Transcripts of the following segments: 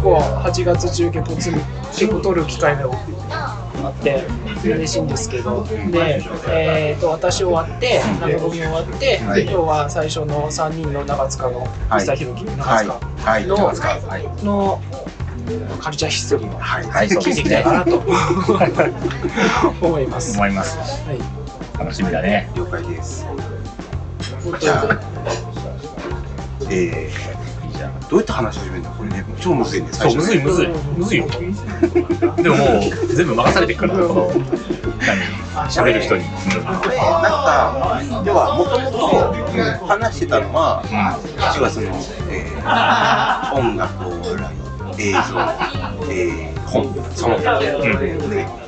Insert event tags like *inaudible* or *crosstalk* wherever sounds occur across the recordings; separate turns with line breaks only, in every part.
8月中結構つむ結構取る機会が多くあって嬉しいんですけどで、えー、と私終わって中込み終わって、
はい
今日は最初の3人の中塚の
はい
水田弘樹中
はい
塚
はい
の
はいはい
のカルチャーヒストリーを
はいはいそう
聞
で
いて
す
いきたい
ね
かなと思います。
思います。
はい
楽しみだね。
了解ですじ
じ
ゃ
ゃ
あえ
いいじゃん。
ー、どうやって話し始めるんだこれね超むずいね
そう、むずい、むずい。むずいよ。でももう、全部任されてくから、この、何、喋る人に。
これなんか要はもともと話してたのはうちはその、えー、音楽映像、えー、本その、で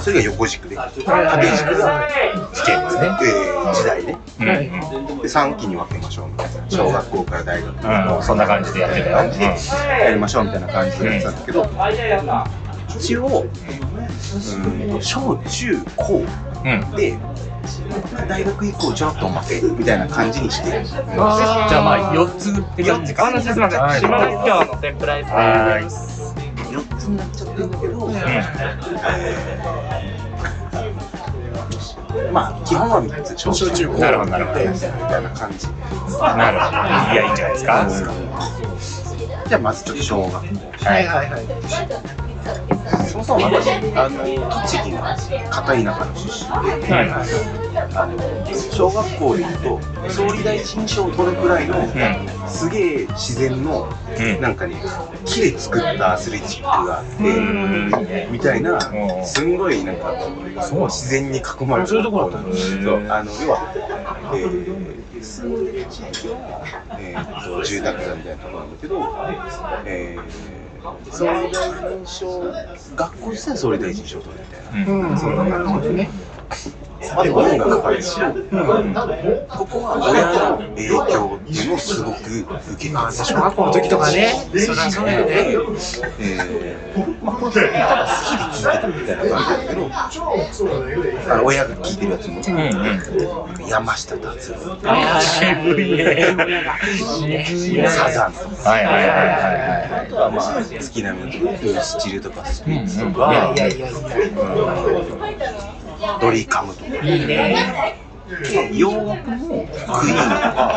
それが横軸で縦軸が
危険ですね。
えー、時代ね
うんうん。
で3期に分けましょうみたいな小学校から大学
うん、そんな感じでやってたよ。
感じでやりましょうみたいな感じでやってたんだけど、一応、うん、小中高
うん。うん
で大学以降ちょっとお待てみたいな感じにして
じゃあまあ、4つって感じか。
すみません。
はい
島根京の天ぷらですね。
はーい。
4つになっちゃってるんだけど、まあ基本は3つ小
小中高
なるほどなるほど
みたいな感じ
なるほど。いや、いいんじゃないですか。
じゃあまずちょっと小学校
はい。
はいはい
そもそも私あの栃木の片田舎の出身で
はい。
あの小学校で行くと総理大臣賞を取るくらいの、
ん
すげえ自然の
うん
なんかね木で作ったアスレチックがあって、
んいいね
みたいな
うん
すんごいなんか
そうなんだ
自然に囲まれた
そういうとこだ
な
った
ん
の
ですそうあの要は、えー、住んでる地域は、えー、と住宅街みたいなところなんだけど、えー、総理大臣賞学校自体は総理大臣賞を取るみたいな。
うん
うん、そんな感じでね。
あと音楽があるし、
うん、
ここは親の影響っていうのをすごく受けて
まあ、小学校の時とかね、そりゃそうだよね。
えー、まあ、本当にただ好きで聴いてるみたいな感じなんだけど、あの親が聴いてるやつも、山下達郎、
渋いね。
サザンとか、
はいはいはいはいは
あとはまあ、月並みのところ、ミスチルとか、スピッツと
うん
か、
いやい
やいや。
ドリカムとか、
い。いいね。
で洋楽もクイー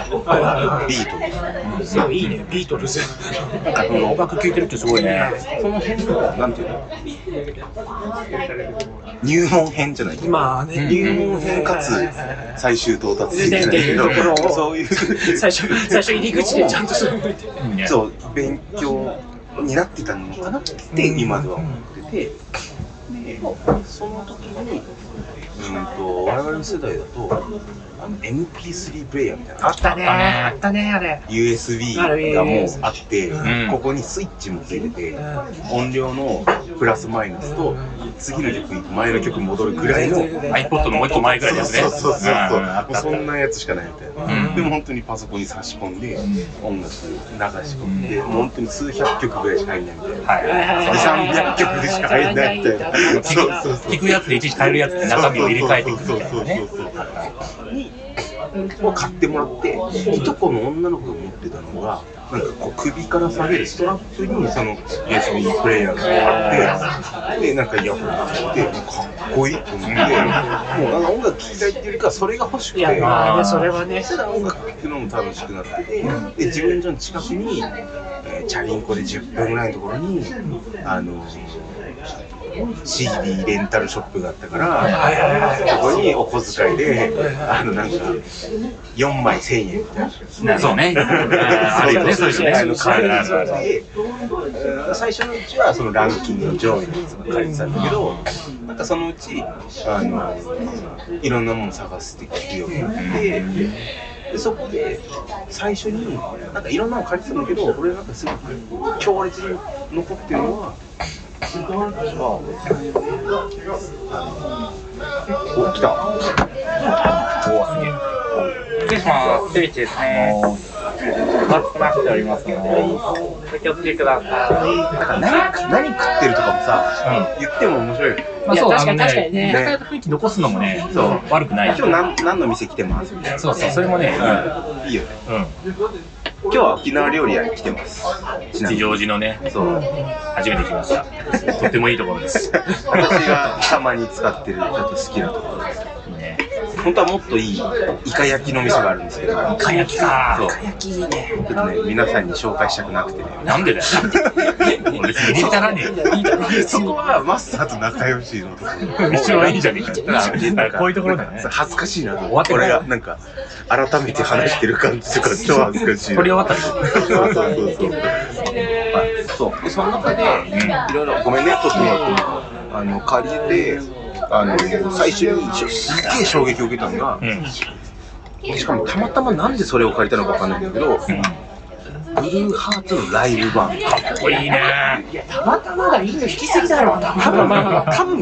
ンとか、ビートルズとか、
そう、いいね、ビートルズ。
なんか音楽聴いてるってすごいね。
その辺の、なんていうの、入門編じゃないけど、
まあね、
入門編かつ最終到達編じゃないけど、そういう。
最初、最初入り口でちゃんとそう向いて。
いいね。
そう勉強になってたのかなって今では思ってて、でその時に、うん、と我々の世代だとあの MP3 プレイヤーみたい
あ
な
ったね、あったね、あれ。
USB がもうあって、
うん
ここにスイッチもついてて、
う
音量のプラスマイナスと次の曲行く前の曲戻るくらいの。
iPod のもう一個前ぐらいですね。
そうそうそうそう、
あ
もうそんなやつしかないみたいな、
うん
でも本当にパソコンに差し込んで、音楽流し込んで、もう本当に数百曲ぐらいしか入んないみたいな、
はい。
2、300曲しか入んないみたいな、そうそうそう。
聞くやつでいちいち変えるやつって中身を入れ替えていく
そう
みたい
そ
な
うそ
ね
う。そうにを買ってもらっていとこの女の子が持ってたのがなんかこう首から下げるストラップにその USB プレイヤーがあってでなんかイヤホンがあってかっこいいと思ってもうなんか音楽聴きたいっていうよりかそれが欲し
い
くて
や、まあね、それはね
そ。したら音楽聴くのも楽しくなってて、で自分家の近くに、えーチャリンコで10分ぐらいのところに、あの CD レンタルショップがあったから、そこにお小遣いで、あのなんか4枚1000円みたいな。
そうね。あるよね、そういうね。
あのカードでうん最初のうちはそのランキングの上位のやつが借りてたんだけど、なんかそのうち、あの、いろんなもの探して聞くようになって、でそこで最初に、なんかいろんなの借りてたんだけど、俺なんかすごく強烈に残ってるのは、あのお来た。
失礼します。スイッチですね。お待ちとなっておりますので、お気をつけくださ
なんか何何食ってるとかもさ、言っても面白いよね。
まあそう、あのね、
ね
居酒屋の雰囲気残すのもね、そう悪くない。
今日何何の店来てますみたいな。
そうそう、それもね、
いいよね。
うん。
今日は沖縄料理屋に来てます。ちなみ
吉
に
祥寺のね、
そう。
初めて来ま *laughs* した。とってもいいところです。
私がたまに使ってる、ちょっと好きなところです。
ね、
本当はもっといいイカ焼きの店があるんですけど、ちょ
かやきか
そう。
焼きいいね。
っとね、皆さんに紹介したくなくてね。
なんでだよ。俺別に入れたらね
*laughs* そこはマスターと仲良しのところ。
一番いいじゃねえか
だから
だからこういうところだよね
なんか恥ずかしいなと
終わ
思っ
って
て。
ない
俺がなんか、改めて話してる感じとか、超恥ずかしいな。
取り終わったら
そうそうそうそう。はいそう。で、その中で、いろいろ、ごめんね、撮ってもらってもあの、借りて、あの、最初に、しょすっげえ衝撃を受けたのが
う、ん。
しかもたまたまなんでそれを借りたのかわかんないんだけど、ブルーハーツのライブ版。
かっこいいね。
いや、たまたまだいいの引きすぎだろ、たま
多
た
分、
ま。
多分、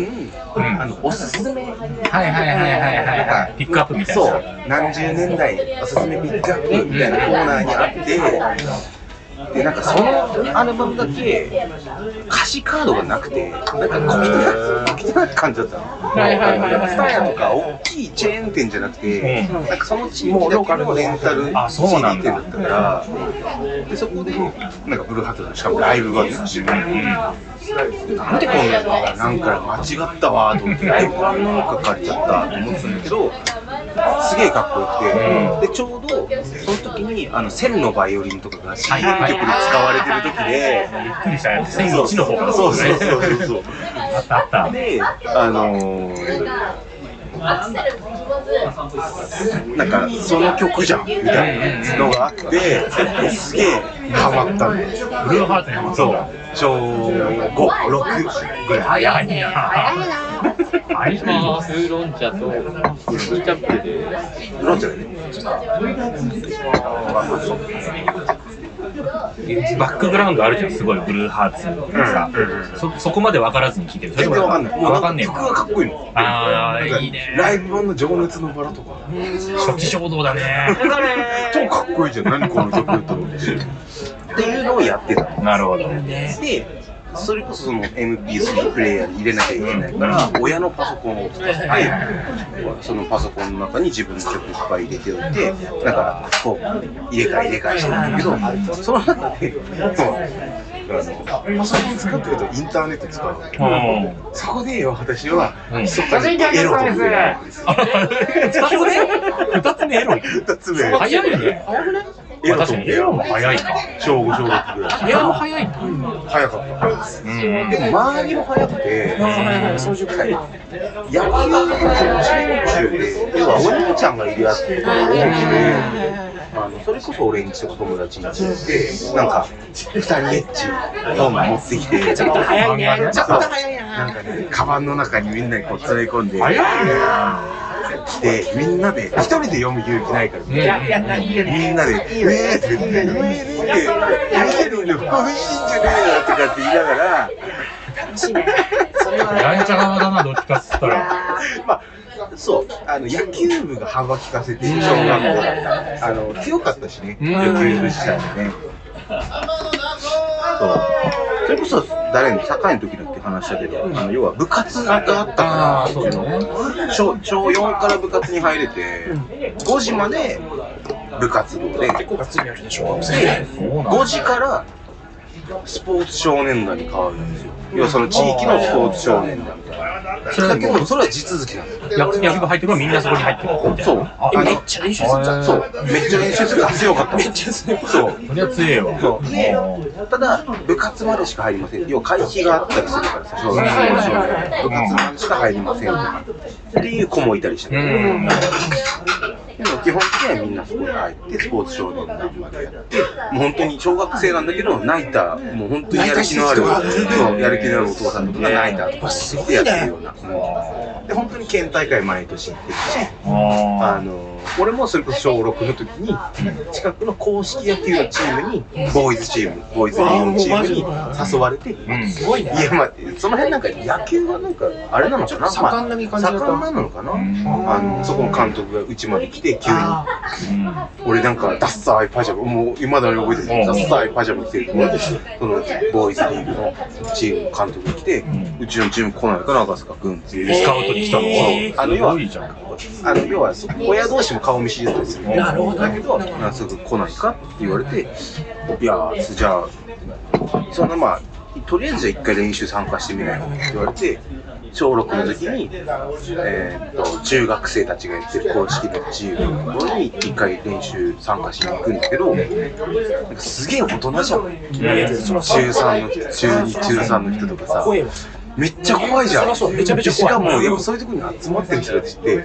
うん
あの、おすすめ、
はいはいはいはいはいはい。ピックアップみたいな。
そう、何十年代おすすめピックアップみたいなコーナーにあって、で、なんかそのアルバムだけ、歌詞カードがなくて、なんかコピーな、コピーな感じだったの。
はいはいはいはい
スタヤとか大きいチェーン店じゃなくて、
う
なんかその地域だけのレンタル CD
あそうなん
店
だ
だったから、でそこで、なんかブルーハートのしかもライブがね、なんでこんなのなんか間違ったわーと思って、ライブ版なんか借りちゃったと思ってたんだけど、すげえかっこよくて、でちょうどその時に、あの、千のバイオリンとかが CD 曲に使われてる時で、
びっくりしたよ。1001の方から
そうそうそうそうそう。
あったあった。
で、あのー、なんかその曲じゃんみたいなのがあって、すげえハマったんです。
ブルーハーツにハマったんだ。
小五六ぐらい。
早いな。早いな。
ウーロン茶と、ウスキャップで、
ロンじゃないね。
バックグラウンドあるじゃん、すごい、ブルーハーツのさ、そ、そこまで分からずに聴いてる。
全然わかんない。
分かんねえ
曲がか
な。
っこいいの。
あー、いいね。
ライブ版の情熱のバラとか。
初期衝動だね。
超かっこいいじゃん。何この曲と思って。っていうのをやってた。
なるほど。
で、それこそその MP3 プレイヤーに入れなきゃいけないから、親のパソコンを使って、そのパソコンの中に自分の曲いっぱい入れておいて、だから、こう、入れ替え入れ替えしてるんだけど、その中で、もう、あの、パソコン使ってるとインターネット使う。
うん。
そこで私は、
うん
密かにエロと触れ合うんですよ。
二つ目二つ目エロい。
二つ目、エ
早いね。
ロと
確か
触
に
れ
エロ
合う
も。早いか。
小5、小6ぐらい。
いや、もう早い。
早かった。
うん
でも周りも早くて、
早熟だな。
野球部の中中で、要はお兄ちゃんがいるやつっていうのが多くて、あのそれこそ俺んちとか友達に行って、なんか、二人エッチ、本持ってきて、ちょっと
早いね。ちょっと
そう
早い
なん
な。
かね、カバンの中にみんなにこう連れ込んで、
早
来て、みんなで、一人で読む勇気ないから、
いね。
いや、ないいよね。
みんなで、ウェーって言って、ウェーって、見てるの不美人じゃねえよとかって言いながら、
楽しいね。それは。
やんちゃ側だな、どっちかっつったら。
まあ、そう、あの野球部が幅利かせて、小学校だった。あの、強かったしね、
うん
野球部時代でね。そう。それこそ、誰の、社会の時だって話したけど、あの、要は部活があったから、
あーそうだね
小、小4から部活に入れて、5時まで部活動で、
結構がっつりやるでしょ。
5時からスポーツ少年団に変わるんですよ。要はその地域のスポーツ少年団みたいな。それだけど、それは地続きなんですよ。
野野球部入ってくるみんなそこに入ってくるみたいな。
そう。あ
え、
の
めっちゃ練習するじゃん。
そう、めっちゃ練習するから強かった。めっちゃ強かった。そう。
そりゃ強えわ。
そうでただ、部活までしか入りません。要は会費があったりするからさ、小学校の時は部活までしか入りませんとか。っていう子もいたりして、
う
で
ん。
も基本的にはみんなそこに入って、スポーツ少年団までやって、もう本当に小学生なんだけど、泣いた、もう本当にやる気のある、そうやる気のあるお父さんとかが泣いたとかってやってるような。うんで、本当に県大会毎年行ってるし、あ
あ
の俺もそれこそ小6の時に近くの公式野球のチームにボーイズチームボーイズリーグのチームに誘われて、
ーうん。
すごい
い
ね。
やまあその辺なんか野球はなんかあれなのかな
盛んな感じだった
まあ盛んなのかな、
うん
あのそこの監督がうちまで来て急に
あ
俺なんかダッサーいパジャマもう今だに覚えて
う
る
ん
ダッサーいパジャマ着てるそのボーイズリーグのチームの監督が来て、うちのチーム来ないから赤坂君っていう
スカウトに来たの
そうあの要は
すごいじゃん。
あの要はそ親同士も顔見知りだったりする
なるほど
だけど「あすぐ来ないか?」って言われて「いやじゃあそんなまあとりあえずじゃあ一回練習参加してみない?」って言われて小6の時に、えーっと中学生たちがやってる公式の自由のところに一回練習参加しに行くんだけどなんかすげえ大人じゃん中3の人中2中3の人とかさ
声は
めっちゃ怖いじ
そ
ゃ
りゃ
ん。
そうめちゃめちゃ怖い
しかも、やっぱそういうところに集まってる人たちって、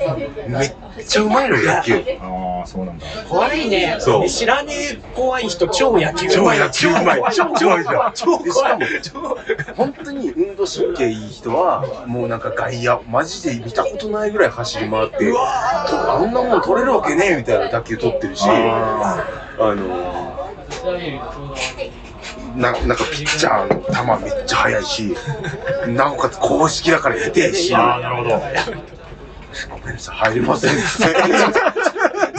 めっちゃうまいのよ、野球。
ああ、そうなんだ。
怖いね
そ
*laughs*
う
知らねえ怖い人超野球
超野球う
*laughs*
まい。超怖いじゃん。
超
でし
怖
か
い
も、本当に運動神経いい人は、もうなんか外野、マジで見たことないぐらい走り回って、とあんなもん取れるわけねえみたいな打球取ってるし、あのななんかピッチャーの球めっちゃ速いし、なおかつ公式だから痛いし、
ああ、なるほど。
ごめんなさい、入りませんって。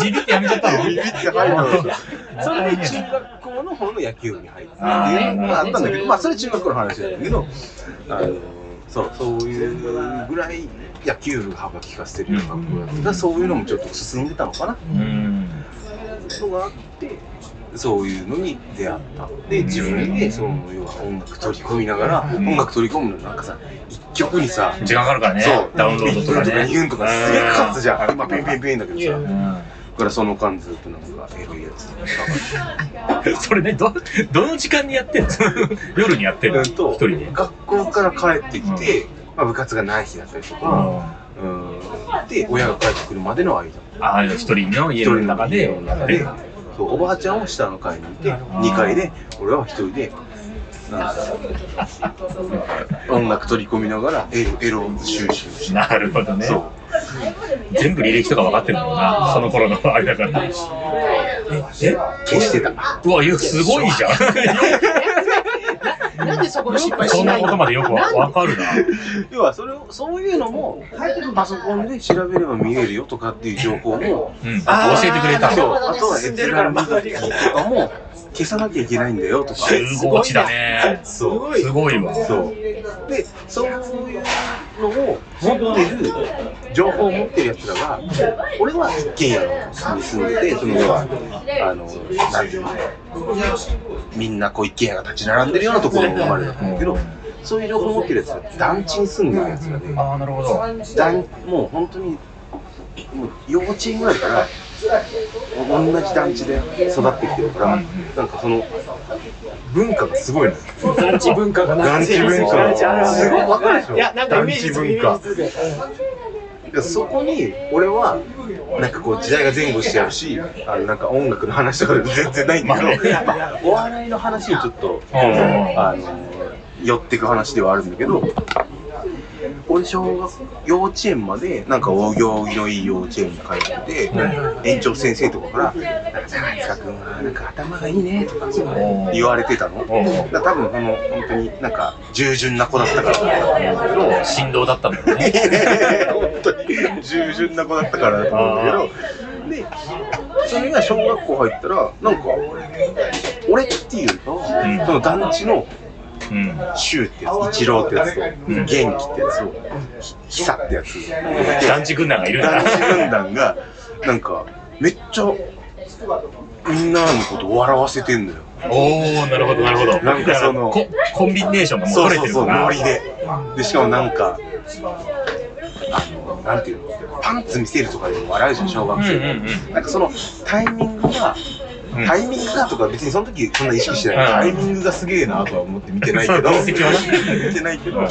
ビビってやめちゃったの
ビビって入るのよそれで中学校の方の野球部に入ったっていうのがあったんだけど、まあそれ中学校の話なんだけど、あのそうそういうぐらい野球部幅利かせてるような学校だったから、そういうのもちょっと進んでたのかな。
うん。
のがあってそういうのに出会ったで自分でその要は音楽取り込みながら、
ん
音楽取り込むのなんかさ一曲にさ、
時間かかるからね。
そう
ダウンロードとか
1分
ね。
とか2分とかすげえかかってたじゃん今
う
ピンピンピンだけどさ、
うん
だからその間ずっとなんかエロいやつとか
うんそれね、ど、どの時間にやってんの夜にやってる
う
の
んと
一人で。
学校から帰ってきて、まあ、部活がない日だったりとか、
あ
うん、で親が帰ってくるまでの間
あ、一人の家
一
の
人の
中でやってる。
そうおばあちゃんを下の階にいて
ー
2階で俺は一人でなんか音楽取り込みながらエロエロ収集し
なるほどね。
そう
全部履歴とか分かってるんだろうな。その頃のあれだから。え、
消してた
うわ、いやすごいじゃん。
なんでそこで失敗
そ
し
ん
な
ないことまでよくわ分かるな。
要はそれをそういうのもパソコンで調べれば見えるよとかっていう情報も
うん。あ教えてくれた。
そう
う
あとは閲覧見たりとかも消さなきゃいけないんだよとか
すごいだね。
すごい
すごいわ。
そう。で、そういうのを持ってる、情報を持ってるやつらが、俺は一軒家に住んでて、その要は、あの、なんていうのみんなこう一軒家が立ち並んでるようなところの生まれだったんだけど、そういう情報を持ってるやつらって団地に住んでるやつらで、
ああ、なるほど。
団もう本当に、もう幼稚園ぐらいから、同じ団地で育ってきてるから、なんかその、文化がすごいのよ。
団地文化が
団地文化
団地あるある
すごいわかるでしょ
いやなんかイメージするイメー
団
ジする
でそこに俺はなんかこう時代が前後してあるしあのなんか音楽の話とかでも全然ないんだけど、
まあね
やっぱお笑いの話にちょっと
うん
あの寄ってく話ではあるんだけど俺小学幼稚園までなんか大行儀のいい幼稚園に通ってて、園長先生とかから「なんか塚君はなんか頭がいいね」とか言われてたの。
お
だから多分この本当になんか従順な子だったからだと思うんだけど
お
*laughs*
振動だったんだよね。
本当に従順な子だったからだと思うんだけどでそれが小学校入ったらなんか俺っていうか、
ん
その団地の
うん。
柊ってやつ一郎ってやつと、元気ってやつをひ久ってやつ
団地軍団がいるんだ
男。子軍団がなんかめっちゃみんなのこと笑わせてんのよ
おお、なるほど、なるほど。
なんかその
ココンビネーションがもう
そう
取
そ
れて
う
る
そう
のかな
ノリででしかもなんかあのなんていうのパンツ見せるとかでも笑うじゃん小学生、
うんうんう
なんかそのタイミングが、
うん
タイミングがとか別にその時そんな意識してない、
うん
タイミングがすげえなとは思って見てないけど
そう分析はね
見てないけど、なん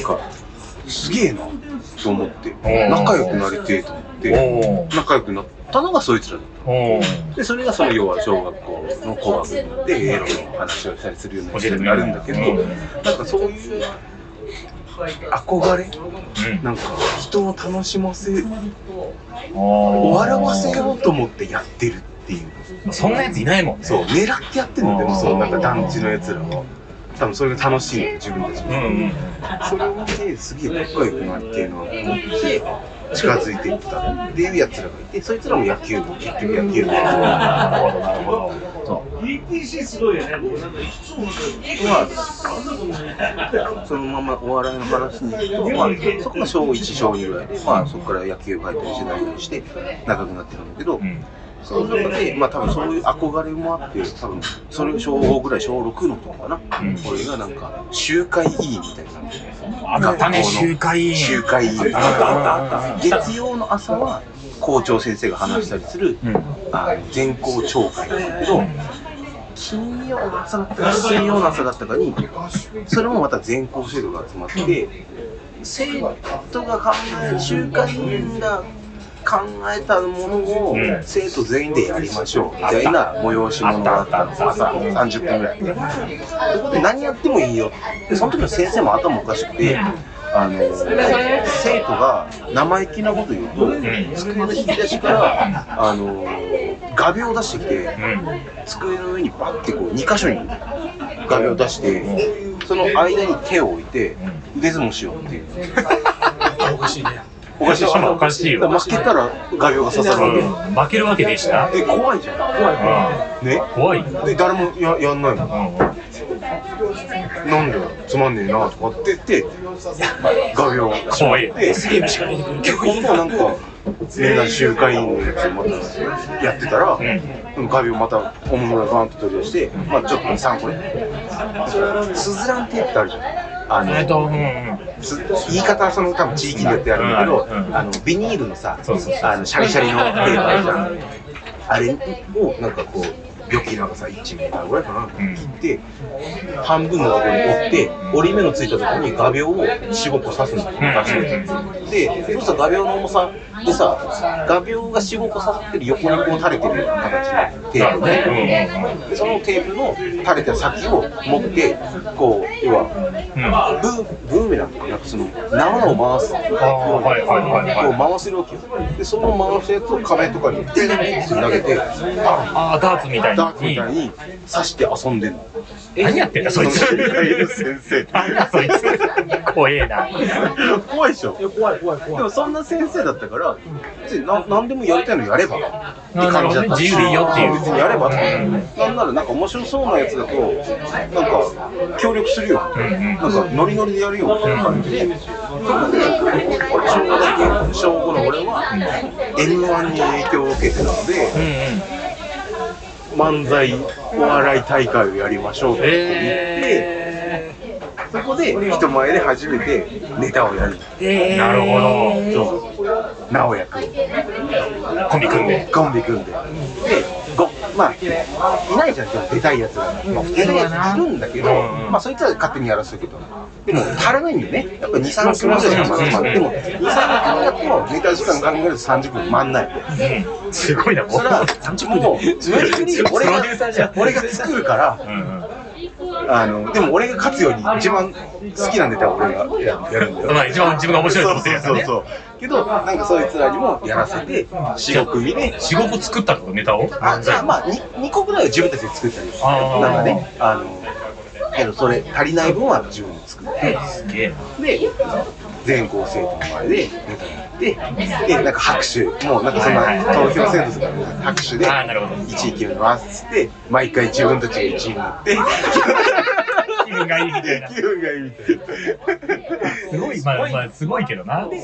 かすげえなと思って
ー
仲良くなりてえと思って
お
仲良くなったのがそいつらだ
ーおー。
でそれがその要は小学校の工学部でエロの話をしたりするような
教え
人
てく
に
れ
なるんだけど、
うん
なんかそういう憧れ
うん
なんか人を楽しませ
おー
笑わせようと思ってやってるっていう
そんなやついないもんね。
そう狙ってやってるんだよ
あー
そうなんか団地のやつらは多分それが楽しいの自分たち
うん
も、
うん。
それを見てすげえ仲良くなっていうのを思って近づいていったっていうやつらがいてそいつらも野球部結局野球部
なるほど、なるほど。そう
DTC すごいよね。もうなんかいつも
そのままお笑いの話に行くと、まあ、そこが小1、小2ぐらいで、まあ、そこから野球を入ったりして代表して、仲くなってるんだけど、
うん
その中で、まあ、多分そういう憧れもあって、多分それが小5ぐらい、小6の時かな、
ん
俺がなんか、集会委員みたいな感じで、
あったね、集会員。
集会委員
あったあったあった。
月曜の朝は校長先生が話したりする、
うん。
あの全校長会なんだけど、金曜の朝だったか水曜の朝だったかに、それもまた全校生徒が集まって、生徒が考える、集会員が考えたものを
うん
生徒全員でやりましょうみたいな催し物があったんです、朝30分ぐらいで。そこで何やってもいいよって、その時の先生も頭おかしくて。あの生徒が生意気なこと言うと、机の引き出しから、あの画鋲を出してきて、
うん。
机の上にバッてこう2箇所に画鋲を出して、その間に手を置いて、腕相撲しようっていう。
おかしいね。
おかしいでしょ
おかしいよ
負けたら画鋲が刺さるわけ。
うん負けるわけでした。
え、怖いじゃ。
怖い怖い
うん
ね
ん怖い。うん
で、誰もややんないの。なんだよ、つまんねえなとかって言って、画鋲を
かわい
で、
い。
ゲームしか出てくる。
結構もうなんか、みんな集会員のやつをまたやってたら、画鋲またおもむろにバンと取り出して、まあちょっと2、3個ね。スズランテープってあるじゃん。あの、
えっと、うんうん。
つ言い方はその多分地域によってあるんだけど、
うんうんうん
あのビニールのさ
そうそうそう
あのシャリシャリのテープあるじゃんあれをなんかこう病気なんかさ1メーターぐらいかな、
うん
切って半分のところに折って折り目のついたところに画鋲を45個刺すの出して、でそうすると画鋲の重さでさ画鋲が45個刺さってる横にこう垂れてる形のテ
な
ー
る
プが
ほ
ね、
どね。うんうんうん。
でそのテープの垂れてる先を持ってこう要は
うん。あ
ブーブーメランとかなんかその縄を回す
あ、はいはいはい
こう
はい。
回せるわけよでその回したやつを壁とかにデンって投げてバ
ああ、ダーツみた
ンダーツ
い
み
に
たい。に刺して遊んでんの
何やってんだ、そいつ。
先生
何だ、そいつ。怖えな。
怖いでしょ
いや怖い怖い
で
怖い。
もそんな先生だったから別にな何でもやりたいのやればって感じだった
自由でいいよっていう
別にやればってなんならなんか面白そうなやつだとなんか協力するよ
うん
なんかノリノリでやるよって感じで、そこで、小学小5の俺は、M1 に影響を受けてたので、
うんうん。
漫才お笑い大会をやりましょうって言って、
え
そこで人前で初めてネタをやる。
ー、なるほ
そう直哉君
ど。コンビ組んで。
コンビ組んで。で、ごまあ、いないじゃん、でも出たいやつが。まあ、出たいやついるんだけど、
うん
まあ、そいつは勝手にやらせるけど。でも、足らないんだよね。やっぱ2、3組までしかまだまだでも、2、3組だと、ネタ時間考えると30分回んない。
うん。すごいな、も
それは、
*laughs*
もう、無理に俺が、俺が作るから、
うんうん。
あの、でも俺が勝つように一番好きなネタを俺がやるんだよ。
まあ一番自分が面白いと思ってるやつだね
そうそうそう。けど、なんかそいつらにもやらせて、4、5組で、
仕事作ったってことネタを
あ、じゃあまあ 2, 個ぐらいは自分たちで作ったり、
あー
なんかね、あの、けどそれ足りない分は自分で作って、
すげえ
で、全校生徒の前でネタやって、で、なんか拍手、もうなんかそん
はい
な
はいはい
投票制度とかの拍手で、
あーなるほど
1位決めますっつって、毎回自分たちが1位になって、
気分がいいみたいな
気分がいいみたいな。
すごいまあまあすごいけどな
*laughs*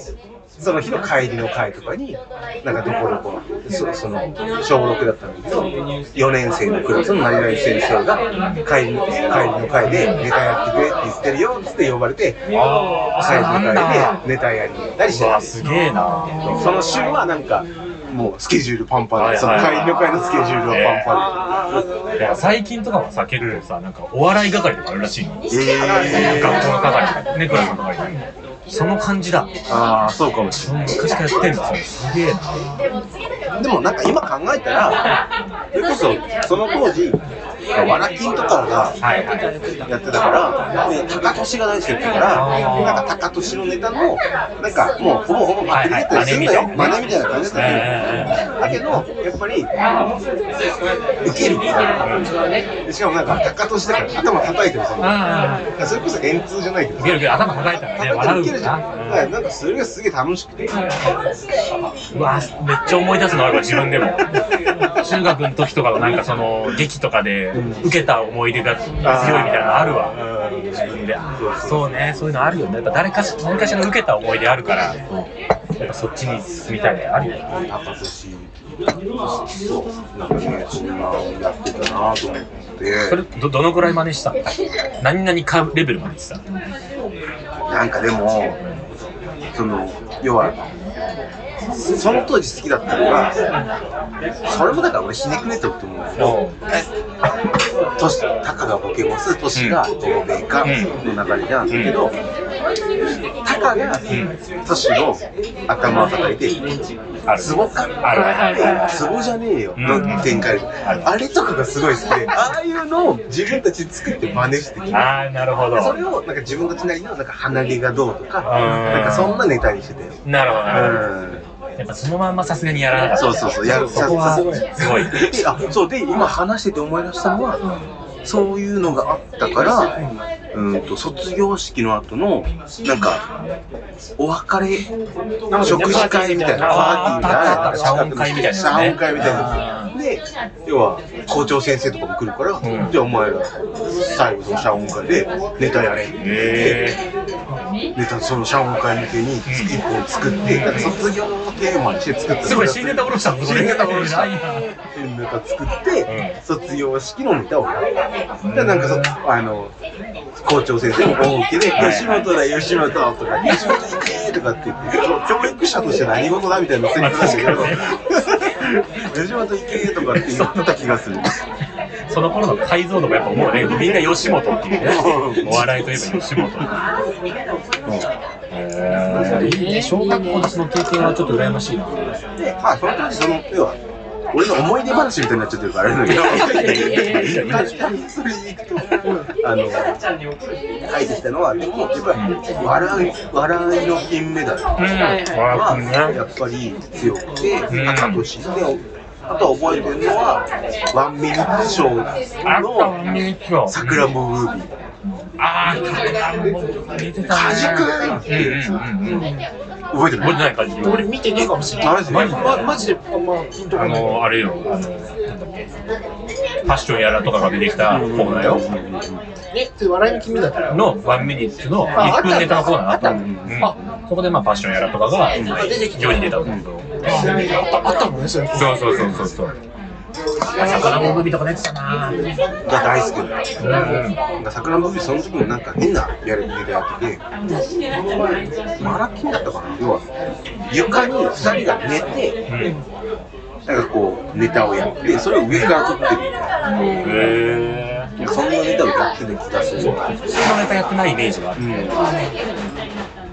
その日の帰りの会とかに、なんかどこどこの、そその、小6だったんだけど、4年生のクラスの何々先生が、帰りの、帰りの会でネタやってくれって言ってるよっつって呼ばれて、帰りの
ああそうなん
会
だ
でネタやりに行ったりし
う
て
わ
た
すげえな
その週はなんか、もうスケジュールパンパンで、その
はいはい
帰
は
り
い
の会のスケジュールはパンパンで。
いや最近とかもさ結構さなんかお笑い係とかあるらしいの学校
えー
の係ネクラの係その感じだ
ああ、そうかもしれない。
昔からやってんだそれすげえな
でもなんか今考えたら、それこそその当時、わらきんとかが
はいはい
やってたから、で、高俊が大好きだったか
あー
ら、なんか高俊のネタの、なんかもうほぼほぼパクリだったりするんだよ、
はい
真
はい
似みたいな感じだったけど、だけど、やっぱり、ウケるから、でしかもなんか高俊だから頭叩いてるそのだ
ああ
からそれこそ円通じゃないけど
ウケるウケる頭抱えたらね笑
ウ
う
ケ
も
る
ん
じゃん。だから
な
なんかそれがすげえ楽しくて。
うわめっちゃ思い出すのあれば自分でも中学の時とかのなんかその劇とかで受けた思い出が強いみたいなのあるわ
うん
自分でそうねそういうのあるよねやっぱ誰かし何かしら受けた思い出あるからやっぱそっちに進みたいねあるよね
高年そうなんかね今やってたなと思って
それどどのぐらい真似したの何々かレベルまでした
なんかでもその要はその当時好きだったのがそれもだから俺ひねくれてると思うんですよ都市タカがボケボス都市が欧米化の流れなんだけど、タカが都市の頭を叩いて
ある
ツボか
あるあるある
ツボじゃねえよ
うん
の展開
る
あれとかがすごい好きでああいうのを自分たち作って真似してきた
ああなるほど
それをなんか自分たちなりのなんか鼻毛がどうとか
うん
なんかそんなネタにしてたよ
なるほどなるほ
う
どやっぱそのまんまさすがにやらなかっ
ん
た
そうそうそうや
そこは
さ
すごい
であそうで今話してて思い出したのはそういうのがあったからうんと卒業式の後のなんかお別れ
なんか
食事会みたいな
あーあったあった
パーティーみたいな
謝恩会みたい
謝
な
恩会みたいなで要は校長先生とかも来るから、
うん
じゃあお前ら最後の謝恩会でネタやれって言って
へ
ネタその謝恩会向けに一本作って、なんか卒業をテーマにして作って
すごい新ネタおろしたのそれ
新ネタおろした
偉いな
新ネタ作って、卒業式のネタをやるでなんかそあの校長先生も恩恵で「
はい
吉本だ吉本」とか「吉本行け!」とかって言ってそう教育者として何事だみたいなセリフだったけど
まあ
「 *laughs* 吉本行け!」とかって言ってた気がする。
その頃の解像度もやっぱ思うねみんな吉本っていうね
うん
お笑いといえば吉本
いいね小学校のその経験はちょっと羨ましいな
で、まあ、その当時、その、要は、俺の思い出話みたいになっちゃってるから、あれ
*laughs*
だけど、簡単にそれに行くと、 *laughs* あの、書いてきたのは、でも、やっぱり、笑い、笑いの金メダル
うん
は、
笑
やっぱり強くて、
ん
赤として、あとは覚えてるのは、ワンミニッツショ
あ
ー
ったもん
の、
ね今日
桜もムービー、
ああ見てた
カジ君っ
うんうん
て、
うんうん
覚えてる
覚えてない感じ
俺見てねえかもしれない
マジで
まマジであんまピンとこ
あ
ない
のあれよあのなんだっけファッションやらとかが出てきたコーナーよ
えそれ笑いの君だった
のワンミニッツの
ああった
1分ネタのコーナーがあったの
あ
うんそこでまあファッションやらとかが
出てきた
世に出た
あ
と
ったあったもんねそれ
そうそうそうそうそう魚も海とか出てたな
が大好きなの
うん
なんか桜の海その時もなんか変なやり方やってて、マラキンだったかな、要は床に2人が寝て、
うん
なんかこう、ネタをやって、それを上から撮ってるみた
へ
いな、そんなネタをやってる気がする。うん
普通のネタやってないイメージがある。
とか、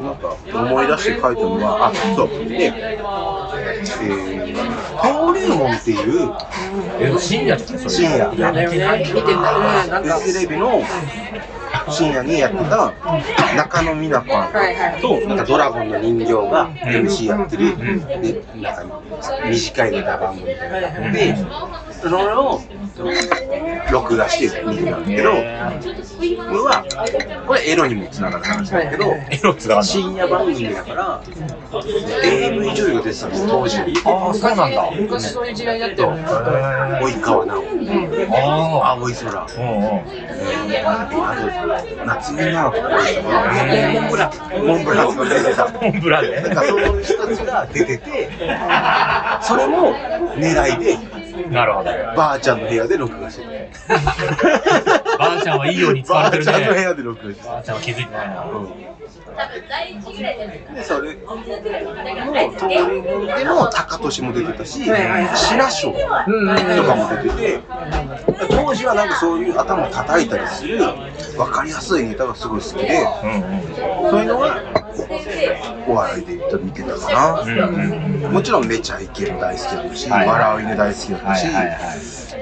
なんか思い出して書いたのは、あ、そう、で、えー、登竜門っていう
え、深夜じゃん、それ。
深夜
やめてない。
見てないなんか
フジテレビの深夜にやってた中野美奈子さんとなんかドラゴンの人形が MC やってる、でなんか短いネタ番組みたいなのがあってそれを録画して見てたんだけどこれはこれエロにもつながる話なんだけど
エロっつだから。
深夜番組だから AV 女優が出てたんです当時
ああ、そうなんだ。
昔そういう時代だった
と
よね
及川直
うん
央
ああ。
青い空
うんうん。
あと、夏目なのかモンブラン。モンブラン。
モンブランね。
なんかそういう人たちが出てて、それも狙いで、
なるほど。
ばあちゃんの部屋で録画してる。
ばあちゃんはいいように使
ば
わ
あ
れてる
ちゃんの部
ね。
屋で録画してる
ばあちゃんは気づいてないな。
うん。で、それも、東京でも、高俊も出てたし、品章とかも出てて、当時はなんかそういう頭叩いたりする、わかりやすいネタがすごい好きで、そういうのは、お笑いで言ったら見てたかな。
うんうん。うんうん。
もちろんめちゃイケも大好きだったし、
はい
笑う犬大好きだったし、
はいはい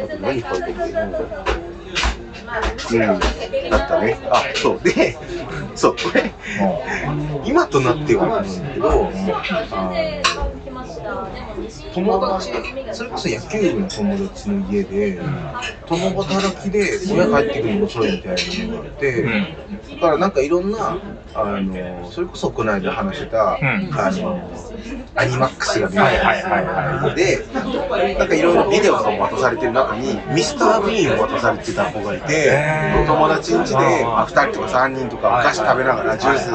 あと何書いてるのうん、だったね。あ、そう。で、そう、これ、今となってはなんですけど、あ友達、それこそ野球部の友達の家で、共働きで親帰ってくるの遅いみたいなのがあって、だからなんかいろんな、あの、それこそこの間話してた、
ん
あの、アニマックスが見れる
はいはいはいは
で、なんかいろいろビデオとかも渡されてる中に、ミスター・ビーンを渡されてた子がいて
へ、ー
お友達ん家で
あー
2人とか3人とかお菓子食べながらジュース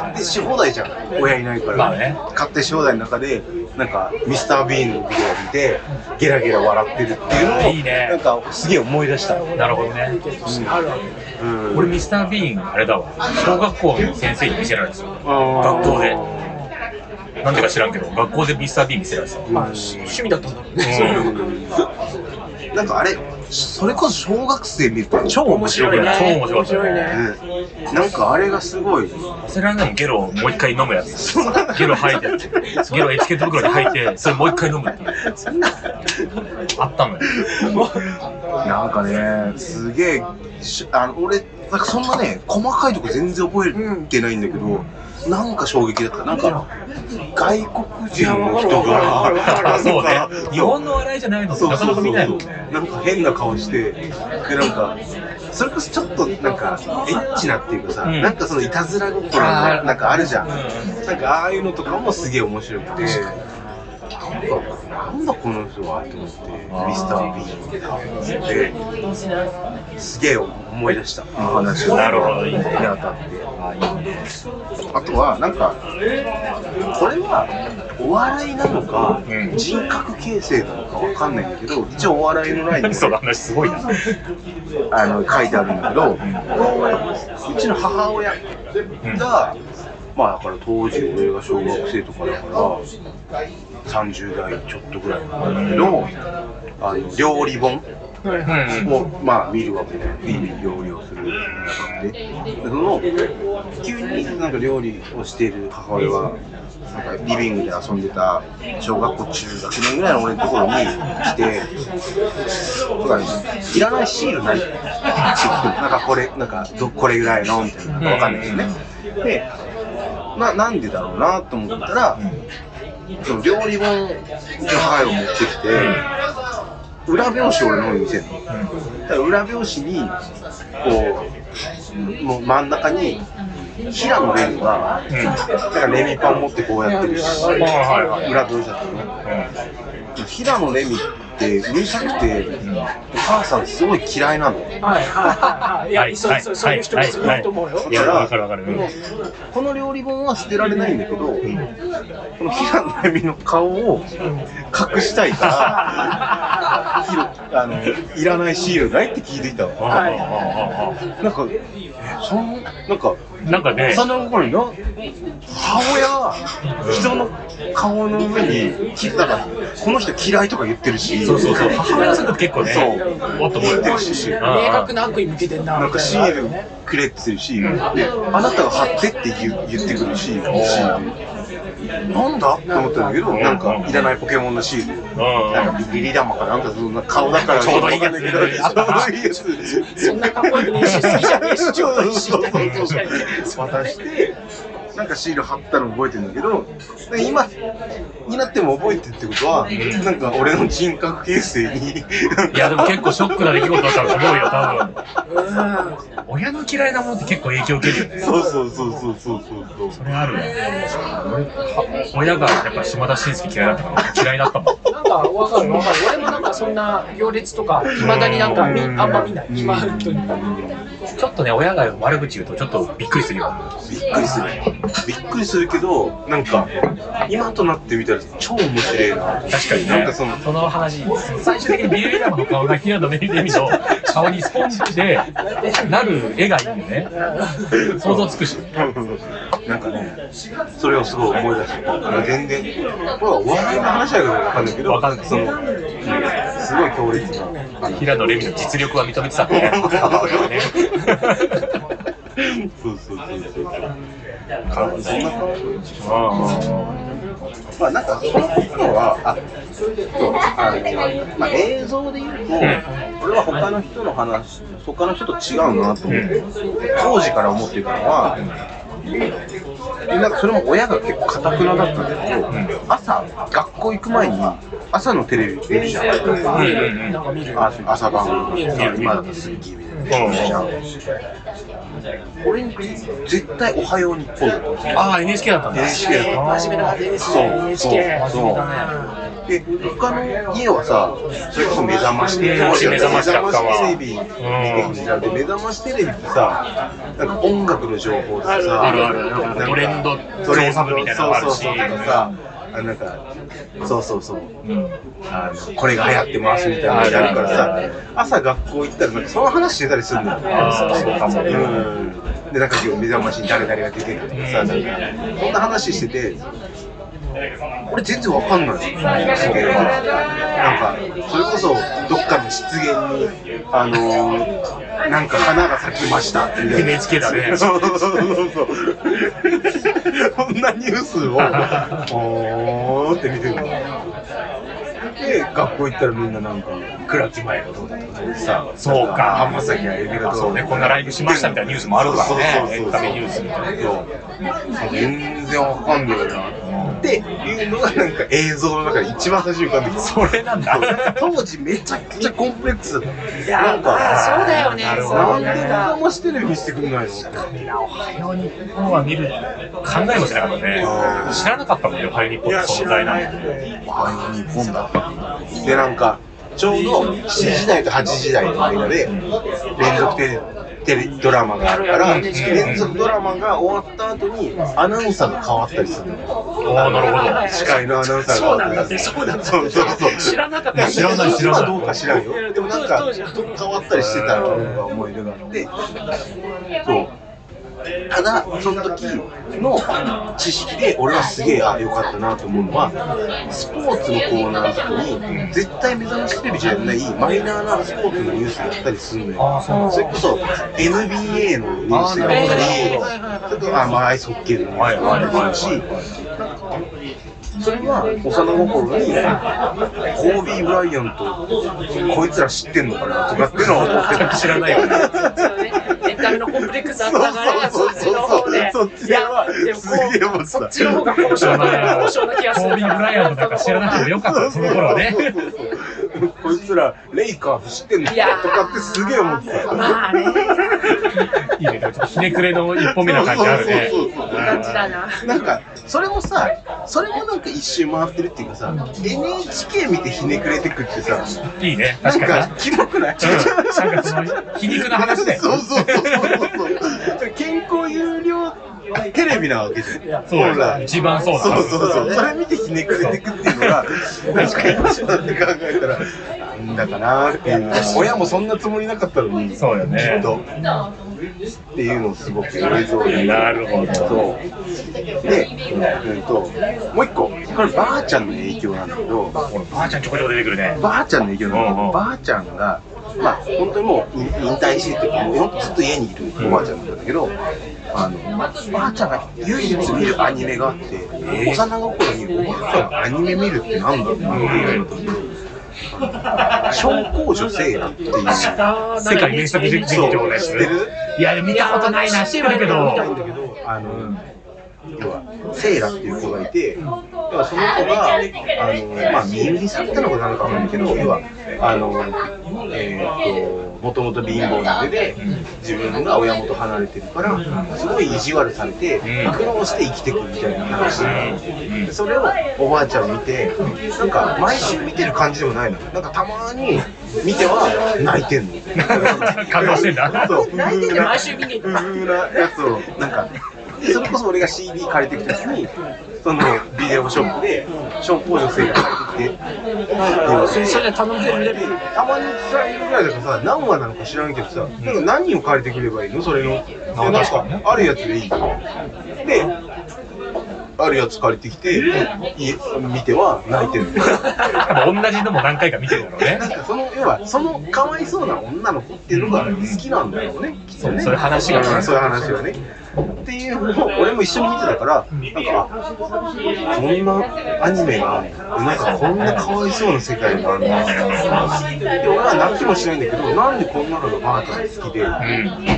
買ってし放題じゃん、親いないか
まあね
ら。買ってし放題の中で、なんかミスター・ビーンのビデオを見て、ゲラゲラ笑ってるっていうのを、
いいね
なんかすげえ思い出した。
なるほどね
風景としてあるわけね
うん
俺ミスター・ビーンあれだわ小学校の先生に見せられてた
あー
学校でなんでか知らんけど学校でミスター・ビーン見せられてた
まあ趣趣味だったんだろうね
なんかあれ、それこそ小学生見ると超面白く
い
ない
ね超面白かったね
面白いね
うんなんかあれがすごい。 *laughs*
忘れられないもんゲロをもう一回飲むやつゲロ吐いてゲロエチケット袋に吐いてそれもう一回飲むっていうあったのよ
なんかね、すげえ、しあの俺、なんかそんなね、細かいとこ全然覚えてないんだけど、なんか衝撃だった。なんか、外国人の人
いやわか
が、
るわかるわかる
な
あ
ん
*laughs* そうね
か
日本の笑いじゃないのって
そう
なか
そ
な
う
か
そう
見ないもんね
なんか変な顔して、で、なんか、それこそちょっとなんか、エッチなっていうかさ、
うん
なんかそのいたずら心がなんかあるじゃん。なんかああいうのとかもすげえ面白くて、なんか、なんだこの人はと思って、ミスター・ビーンって、すげえ思い出した、この話を
なるほどいいね
にあたって。あとは、なんか、これはお笑いなのか、
うん
人格形成なのかわかんないんだけど、一応お笑いのライン
何
に
その話すごいな
あの書いてあるんだけど、うちの母親が、まあだから当時俺が小学生とかだから30代ちょっとぐらいなんだけど、あの料理本
うん
を、まあ見るわけで、日々料理をする中で、でその急になんか料理をしている母親は、なんかリビングで遊んでた小学校中学年ぐらいの俺のところに来て、とかいらないシールないなんかこれ、なんかどこれぐらいのみたいな、わかんないけどね。でな、なんでだろうなと思ったら、その料理本、うちの母親を持ってきて、裏表紙を俺の方に見せるの。だから裏表紙に、こう、もう真ん中に、平野レミが、
うんうん
だからレミパン持ってこうやってるし、
はい
はいはい
裏表紙だったのね。平野レミってうるさくて、お母さんすごい嫌いなの。
はいはいはいはいい
は
や
い
そう
はい
そうそういう人もすごいと思うよ
いやわかるわかるうん
この料理本は捨てられないんだけど、この平野レミの顔を隠したいから、ひろあのいらないシールないって聞いてきたわ。
はい
なんか、えそんなんか、
なんかね
幼い頃にな、母親は人の顔の上に、きなんか、この人嫌いとか言ってるし、
そうそうそう母親のせいだと結構ね
そう
おっと思うよ
言ってるし
うんうん
明確な悪意向けてんな
なん
み
か
たい
シ
な
ールくれって言うし、で、あなたが貼ってって言う言ってくるし、シール。なんだって思ったんだけど、なんかいらないポケモンのシール。なんかビリリ玉かなんかそんな顔だから
ちょうどいいやつ
わかんないけどちょうどいいやつ。
そんなかっこよくねえし好きじゃねえしちょっといいし
そうそうそう *laughs* そう渡してなんかシール貼ったの覚えてるんだけどで今になっても覚えてるってことはなんか俺の人格形成に
いやでも結構ショックな出来事だったと思うよ多
うん
分親の嫌いなものって結構影響受けるよね
そうそうそうそうそうそうそ
それあるわ親がやっぱ島田紳介嫌いだったから嫌いだったもん
なんかわかるわかる。俺もなんかそんな行列とか、いまだになんかみ
うん
あんま見ない。今本当に。
ちょっとね親が悪口言うとちょっとびっくりするよ
うびっくりするびっくりするけどなんか今となってみたら超面白いな
確かにね
なんかその
その話最終的にビリビリ玉の顔が平野レミの顔にスポンジでなる絵がいいよね想像つくし
*laughs* なんかね、それをすごい思い出した。全然、これはお笑いの話だけどわかんないけど、
わかんない
その、すごい強烈
*laughs*
な。あの
平野レミの実力は認めてたもんね母親はね
そうそうそうそう。体そんな感じ。まあなんかその頃は、あ、そう、あの、まあ映像で言うと、俺は他の人の話、他の人と違うなと思って、当時から思ってたのは、なんかそれも親が結構かたくなだったんだけど、朝学校行く前に朝のテレビ見るじゃん、
うん
なんか見る。
あ朝晩
見る見る
今だと水着みたいな見るじゃん俺に絶対「おはよう日本」だと思って
ああ、NHK だったんだ。
NHK だった
真面目な家庭です
そう
ね。NHK。
そうそうで他の家はさそれこそ目覚ましテレビ
もし目覚ましだったわ
目覚ましテレビ見てるじゃんで目覚ましテレビってさなんか音楽の情報とかさ
あるあるなんかトレンド
トレンド
増産部みたいなのもあるし
そうそうそうとかさあなんかそうそうそう
うん
あのこれが流行ってますみたいなのやるから
あ
さ
る
朝学校行ったらなんかその話してたりするんだよ
ああ、そうかも。
うんでなんか今日目覚ましに誰々が出てるとかさ、なんかそんな話してて、俺全然わかんないですよ、なんかそれこそどっかの湿原にあのーなんか花が咲きましたみたいな
NHK だね
そうそうそうそうそう。そんなニュースをおーって見てるの。で学校行ったらみんななんか倉木前がどうだとかでさ
そうか
なん浜崎あゆみがどうだ
そうね、こんなライブしましたみたいなニュースもあるからね。エンタメニュースみたいな。
そう全然わかんないなっていうのがなんか映像の中で一番最初に浮かんできた
それなんだ。
当時めちゃくちゃコンプレックスだった
いや
なんか
まあそうだよね
なるほ
な
ど
んで
ね。
目覚ましテレビにしてくんないのって
日本は見る考えもしなかったね
うん
知らなかったもんねパイニッポの存在なんて
あの日本だったでなんかちょうど7時台と8時台の間で連続テレテレドラマがあるから
うん
連続ドラマが終わった後にアナウンサーが変わったりするのよ
おおなる
司会のアナウンサーが
そうなんだってそうなんだって
そうそうそう
知らなかっ
い
た。
や知らない知らない
今どうか知らんよでもなんか
当時は
どっか変わったりしてたのが思い出があってそうただその時の知識で俺はすげえあ良かったなと思うのはスポーツのコーナーの時に絶対目覚ましテレビじゃないマイナーなスポーツのニュースやったりするのよそれこそ NBA のニュースやったり
あーなる
それとあまあアイスホッケーのニュースやったりするしそれは幼心にコービー・ブライアンとこいつら知ってんのかなとかっていうのは思って
ほ
た
ど知らないよね
エンタメのコンプレックスあったから、
そ
そうっ
そ
ち
うそう
の方で。
そっ
い
ち
や
は
でもこう
すげえ思ってた
そっちの方が高
知
尚
ら
な
ない *laughs*
高尚な気がす
コ
る。
ービー・ブライアンもなんか知らなくてもよかったよその頃はね
そうそうそうこいつらレイカーズ知ってんの
いや
かとかってすげえ思ってた
まあね、
いいねちょっとひねくれの一歩目な感じあるね
そうそうそうそう
感じだな。
なんかそれもさそれもなんか一周回ってるっていうかさ NHK 見てひねくれてくってさ
いいね
なん
確かにな
かキモくない
うんなんかその皮肉な話だよ
そうそうそうそうそう。健康有料テレビなわけじゃん。
そうだよ一番そうだ
そうそうそう。それ見てひねくれてくっていうのが、なんか今となって考えたら、なんだかなっていう。親もそんなつもりなかったのに、
そうよね
きっと。っていうのをすごく映像で。
なるほど
そう。で、うんと、もう一個、こればあちゃんの影響なんだけど、
ほらばあちゃんちょこちょこ出てくるね
ばあちゃんの影響なんだけ
うんう
ど、
ん
ばあちゃんが、まあ、本当にもう引退してて、もうずっと家にいるおばあちゃんなんだけど、あの、ばあちゃんが唯一見るアニメがあって、幼心におばあちゃんがアニメ見るってなんだろうなっていうと小公女セーラっていう。
世界名作劇場のやつ
知ってる
いや見たことないな知ってるけど
あの、要は、セイラっていう子がいて、要はその子が、あの、まあ、身売りされたのかなのかわかんないけど、要は、あの、えーっと、もともと貧乏な手で、自分が親元離れてるから、すごい意地悪されて、
うん
苦労して生きてくみたいな話
うん
でそれをおばあちゃん見て、なんか、毎週見てる感じでもないの。なんか、たまに見ては泣いてんの。
*laughs* 感動してんだ
そう。
泣いてて毎週見に行っ
うーなやつを、なんか、それこそ俺が CD 借りてきた時に、そのビデオショップで、小公女性が借りてきて、
た。それそれ頼んでるね。
たまに使えるぐらいだからさ、何話なのか知らんけどさ、なんか何を借りてくればいいのそれの。でなん
確かにね
か、あるやつでいいよで、あるやつ借りてきて、家見ては泣い *laughs* てるの。
多分同じのも何回か見てるんだろうね
なんかその、要は、そのかわいそうな女の子っていうのが好きなんだよね、きっと
そう
ね。
そういう話がね
んそういう話がね。っていうのを俺も一緒に見てたから、なんか、あこんなアニメがあるなんかこんなかわいそうな世界があるなで、俺は泣きもしないんだけど、なんでこんなのがマーター好きで、えー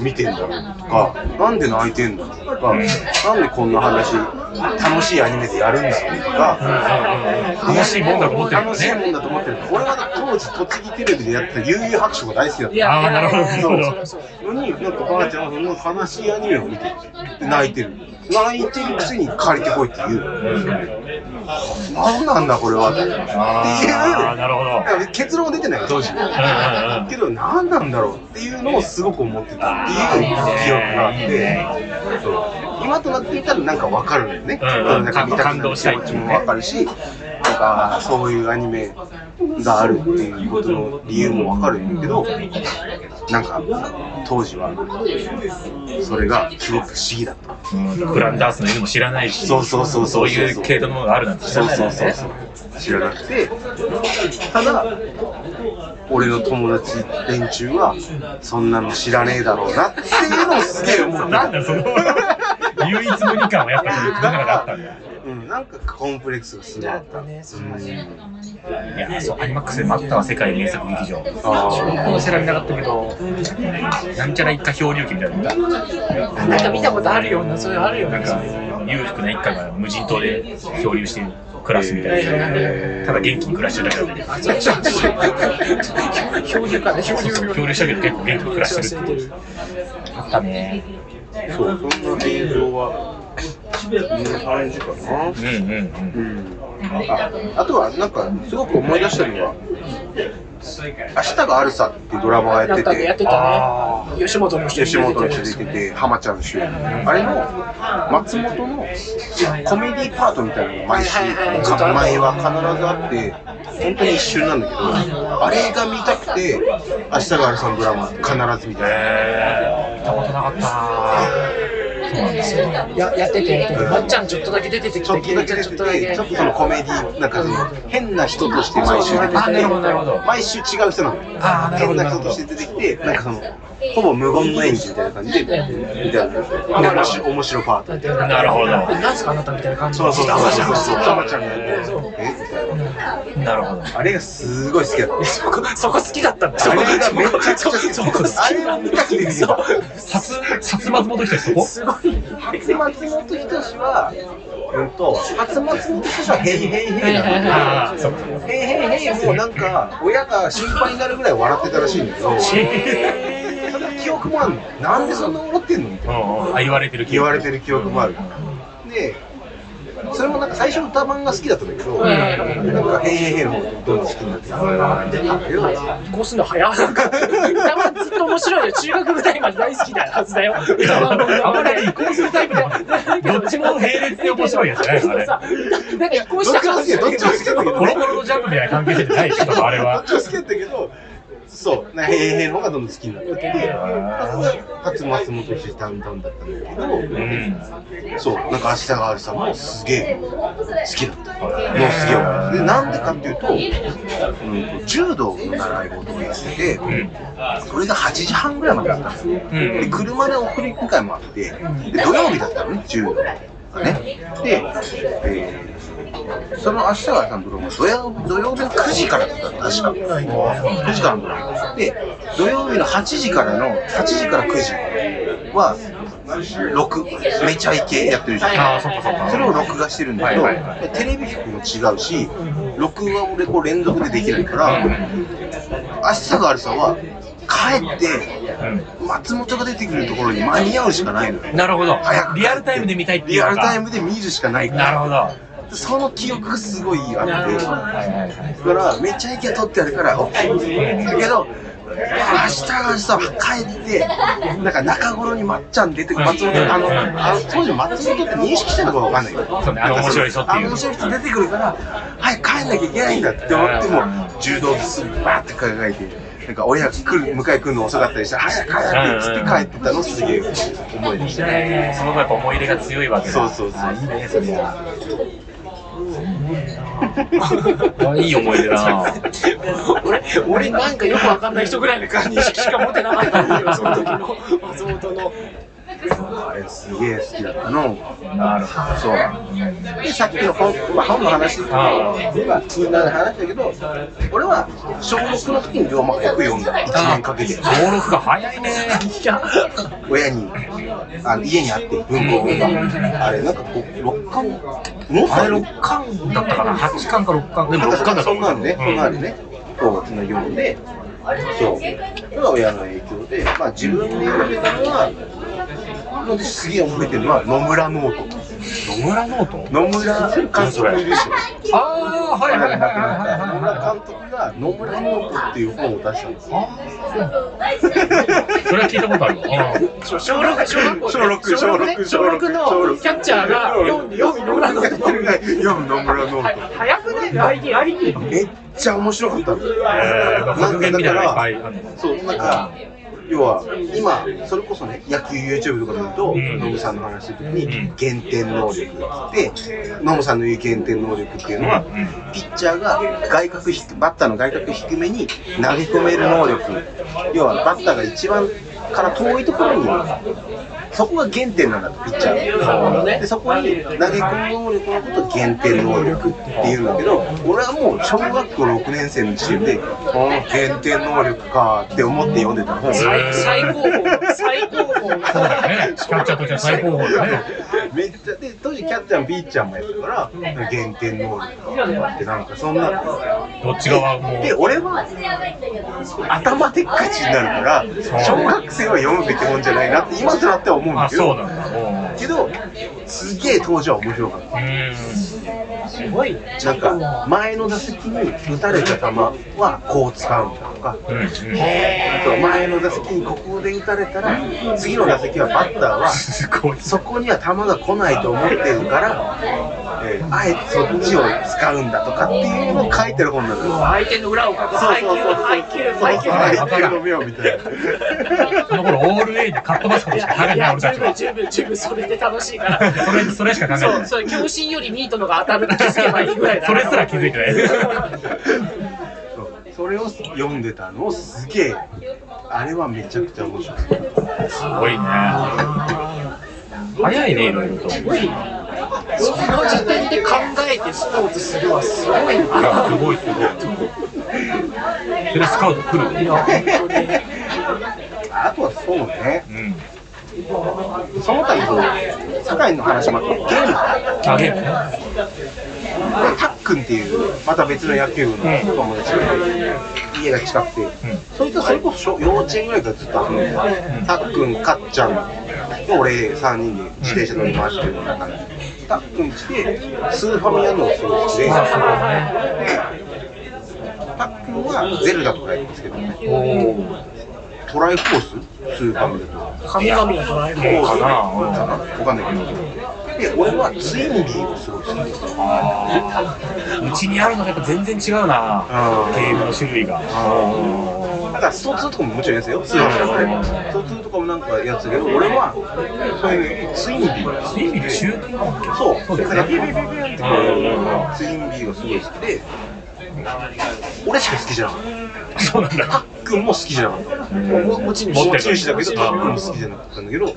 見てんだろうとか、なんで泣いてんだろうとか、なんでこんな話、楽しいアニメでやるんだろうとか、
うん楽しいもんだと思ってるんだね
楽しいもんだと思ってる。俺は当時、栃木テレビでやってた悠々白書が大好きだった。
ああ、なるほどなるほど。
のに、なんかばあちゃんはそんな悲しいアニメを見てて、で泣いてる。泣いてるくせに借りてこいって言う。なんなんだこれはって
ああ、
い
なるほど。うんうん
う。結論出てないよ、当時。
うん。
けど何なんだろうっていうのをすごく思ってたっていう記憶があって、そう今となってみたらなんかわかるんだよね。
うんうん
なんか見たくなる気持ちもわかるし、なんかそういうアニメがあるっていうことの理由もわかるんだけど、なんか当時はそれがすごく不思議だった。
フランダースの犬も知らないし、
そうそうそう
そ
そうう
いう系統のものがあるなんて知らない
そう
も
んそう
ね。
そう知らなくてただ俺の友達連中はそんなの知らねえだろうなっていうのをすげえ思う
な
*laughs*
んだ、その唯一無二感はやっぱり僕の中であったんだ。
うん、なんかコンプレックスがすごいあった。
ねそう
うん
いや、そう、アニマックスで待ったは世界名作劇場。
あ
僕も知らなかったけど、なんちゃら一家漂流記みたいなの見た。
なんか見たことあるような、それあるよ
なん
ね。
か *laughs* 裕福な一家が無人島で漂流して暮らすみたい
へ
な、
ー
ただ元気に暮らしてるだけだった
漂流かね、漂流
そう漂流したけど結構元気に暮らしてるっていうあったね。
ーそう、そんな映像は、みんなアレンジかな。
うんうんうん。
うん、ああとはなんかすごく思い出したのが「明日があるさ」っていうドラマがや
な
って
んかやっててたね。吉本の人
吉本
出
の人出
て
て
て
て浜ちゃん主演あれの松本のコメディパートみたいなのが毎週
はいはいはいちょっとある
前は必ずあって本当に一瞬なんだけどあれが見たくて「明日があるさ」のドラマ必ず見た
えー、見たことなかったなそうなんですよ。
ややっててやってて、まっちゃんちょっとだけ出てきて、
ちょっとだけ出ててちょっとそのコメディなんかその変な人として毎週出て
あなるほどなるほ
き
ど
て毎週違う人なの
あーなるほ
変
ど
な人として出てきてなんかそのほぼ無言の演技みたいな感じでみたいな面白面白パートみたいな。
なるほど
なぜかあなたみたいな感じ
そうそう、たまちゃんが、そう、たまちゃんがやって
そうそう
えみたいな。
なるほど。
あれがすごい好きだった。
そこそこ好きだったんだ。
あれがめちゃくちゃ好きだった。あれを見たくて見た。
殺、殺松本人志そこ
すごい。
初松本人志は、うんと、初松本人志はへいへいへいなの。
ああ、そうか。
へいへいへいもうなんか、親が心配になるぐらい笑ってたらしいんだけ *laughs* ど、その記憶もあるの。なんでそんな笑ってんのみたいな。
*laughs* うんうんあ、言われてる
言われてる記憶もある。で、それもなんか最初歌版が好きだったんだけど、なんか、へいへいへいの方がどんどん好きになってたけど、
こうすんの早っ。歌番ずっと面白いよ。中学ぐらいまで大好きだはずだよ。歌番の
あ
歌
ま
番
り移行するタイプでもどっちも並列で面白いやつじゃないのあれ。
なんか移行し
どったちも
感
好き
じ
だどっちも好きだったけど
コ、ロコロのジャンプみたいな関係性じゃないでしょ、あれ
どっ
*laughs* は。
ちも好きだったけど、そう、ね、へいへいの方がどんどん好きになってて、初松本人志担当だったんだけど、
うん。
そう、なんか明日があるさもすげえ好きだった。のをすげえ思うで、なんでかっていうと、うんと柔道の習い事をやってて、それが8時半ぐらいまでだったんですよ。
うん
で、車で送り迎えもあって、で土曜日だったのね、柔道がね。で、えーその明日がさんのドラマ、土曜日土曜日の9時からだったの、確か。9時からのドラマ。で、土曜日の8時からの、8時から9時は、6、めちゃイケやってるじゃん。
ああ、そっかそっか。
それを録画してるんだけど、
はいはいは
テレビ局も違うし、録画を俺こう連続でできないから、明日があるさは、帰って、
う
松本が出てくるところに間に合うしかないのよ
ん。。なるほど
早く帰っ。て
リアルタイムで見たいっていう
リア
の
ルタイ
が。
ムで見るしかないか
なる
ら、
ほど。は
その記憶がすごいあ
なるほど
って、
いはいはい。
だから、めっちゃ息が取ってあるから、OK。だけど、明日が明日は帰って、なんか中頃にまっちゃん出てくる、松本、あの、あの当時松本って認識してたのかわかんないけど、
そうね、あの面白い人って
あ
いう
面。白い人出てくるから、はい、帰んなきゃいけないんだって思っても、柔道着すぐバーって考えて、なんか親が来る、迎え来るの遅かったりして、早く帰ってっつって帰ってたのすげえ思い出し
そ
た。
の分やっぱ思い入れが強いわけだ。
そうそうそう
あいいね、そりゃ。あいい思い出だな。
俺、俺 *laughs*
*laughs*
なんかよくわかんない人ぐらいの感じしか持てなかったんだよ、その時の松本の。
あれすげえ好きだったのなるほどそうでさっきの本,、まあ、本の話とかみんなで話したけど俺は小6の時に龍馬がよく読んだ1年かけて
登録が早いね。
いや、
親にあの家にあって文庫本があれなんかこう六巻もっ
あれ
六
6巻だったかな ?8 巻か6巻。でも6巻だと
そん
思
な
うん
ね、そんなんね、こう、その読んで、そう、それは親の影響で、まあ自分で読んでたのは、のですげえ覚えてるのは、野村ノート。
野村ノート
野村監督いるでしょ。
ああ、はいはいはいはいはい
野村監督が野村ノートっていう本を出したんですよ。
それは聞いたことあるわ。うん
小小6、小学校
小六
小六ね
小六
小六のキャッチャーが読んで、読みのなんだって
読む野村ノート。
早くないの ?ID、ID。
めっちゃ面白かったの。
えー
なん
格
か
言
だ
み
か
たいなのが
ら
いっぱいあるの
そう、なんか、要は、今、それこそね、野球 YouTube とか見ると、
うん
ノブさんの話するとき
う
に、減点能力って言って、ノブさんの言う減点能力っていうのは、ピッチャーが外角低バッターの外角低めに投げ込める能力、要はバッターが一番から遠いところに、そこが原点なんだと、ピッチャー
なるほど
の。
ね
で、そこに投げ込む能力のことを原点能力って言うんだけど、俺はもう小学校6年生の時点で、この原点能力かって思って読んでた本。
最最高峰、最高峰。
そうだよね。キャッチャーとしては最高峰だよね。
*laughs* めっちゃで当時キャッチャーもピッチャーもやったから減点能力とかってなんかそんな
どっち側も。
で俺は頭でっかちになるから小学生は読むべき本じゃないなって今となっては思うんだ
あ、
け
そう
ど
なんだ。うん
けどすげえ当時は面白かった
うーん。
すごいね。
なんか前の打席に打たれた球はこう使うんだとか
うんうん
あと前の打席にここで打たれたら次の打席はバッターは
すごい。
そこには球が来ないと思ってるから、えーあえてそっちを使うんだとかっていうのを書いてる本なんですよ。
相手の裏をかく、配球、配球、配球。
はい
配球の目をみたいな。
その頃オール A でカットバスケでしか考え
い
てない
や、
俺
十
たちは
分、。十分、十分、それで楽しいから。
それそれしか考えて
そ
な
う、
い。
それ、強心よりミートのが当たるの気づけばいいぐらいだな。
それすら気づいてない。
そうそれを読んでたのをすげえ、あれはめちゃくちゃ面
*laughs*
白い。
すごいね。早いね、いろいろと。すごい
その時点で考えてスポーツするはすごいな。
すごい。それスカウト来る
いや、本当に。
あとはそうね、
うん。
その他にそう、酒井の話もあって、ゲーム、
あげるね。
たっくんっていう、また別の野球部の友達が、家が近くて、そいつはそれこそ小幼稚園ぐらいからずっと遊んでて、たっくん、かっちゃん、俺3人で自転車乗り回してる中で、たっくんちで、スーファミアの教室で、
まあ、
た
す
っくんはゼルダとかやるんですけど、
ごいね。おー。
トライフォーススーファミだと。
神々を捉える。
かな
わかんないけど。で、俺はツインビーをすごい好きです。
あーうちにあるのとやっぱ全然違うな
あー
ゲームの種類が
だからスト2とかももちろんやつだよ、スーファミだとね。スト2とかもなんかやつだけど、俺は、そういうツインビー。
そういう意味でシューティングなんだっ
そう、
そうですね
だからビュービュービュービューってこうツインビーがすごい好きで、俺しか好きじゃなかった。
けそうなんだ
パックンも好きじゃなかった。
も持ち主。
持って
持
る
ち主だけど、パックンも好きじゃなかったんだけど、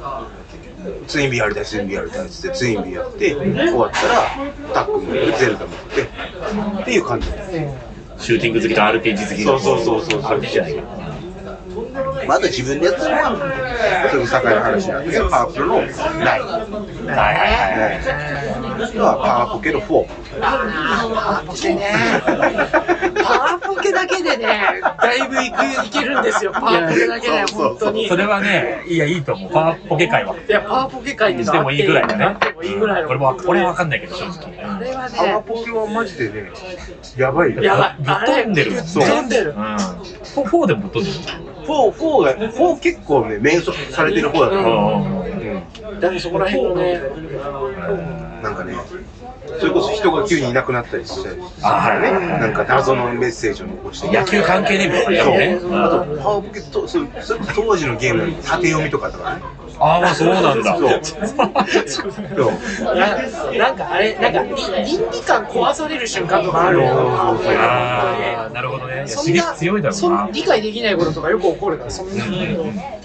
ツインビーやりたい、ツインビーやりたいっつって、ツインビーやって、終わったら、タックンもゼルダもやって、っていう感じ。
シューティング好きと RPG 好き
そうそうそうそう
RPG じゃないか
まあ、あと自分でやったのは、それ境の話なんだけど、パワープロのライン。
はいはいはいはい
ラインはパワーポケの4。
あー、ポケね。パワーポケだけでね、だいぶいく、いけるんですよ。パワーポケだけで、本当に。い
それはねいやいいと思うパワーポケ界は
や、パワーポケ界って
してもいいぐらいだね
でもいいぐらいの。
俺も俺は分かんないけど正直
あれは
パワー
ね、
ポケはマジでね、やばいよ。
やばい。
ぶっ飛んでる
あれぶっ飛んでる。
うんフォーでもぶっ飛んでる
4、4が、4結構ね、名作されてる方だと思う。
だからそこら辺のね、
なんかね、それこそ人が急にいなくなったりしたりして、
あはい
なんか謎のメッセージを残して、
野球関係ねえみたいな
そう
ね
あと、パワーポケット、そうそれこそ当時のゲームの縦読みとかとかね。
ああそうなんだ
そう
ななんかあれ、なんか倫倫理観壊される瞬間とかあるよ。
そうそうそう
ああなるほどねいや刺激強いだろう
そん
な
理解できないこととかよく起こるから、そんなのね。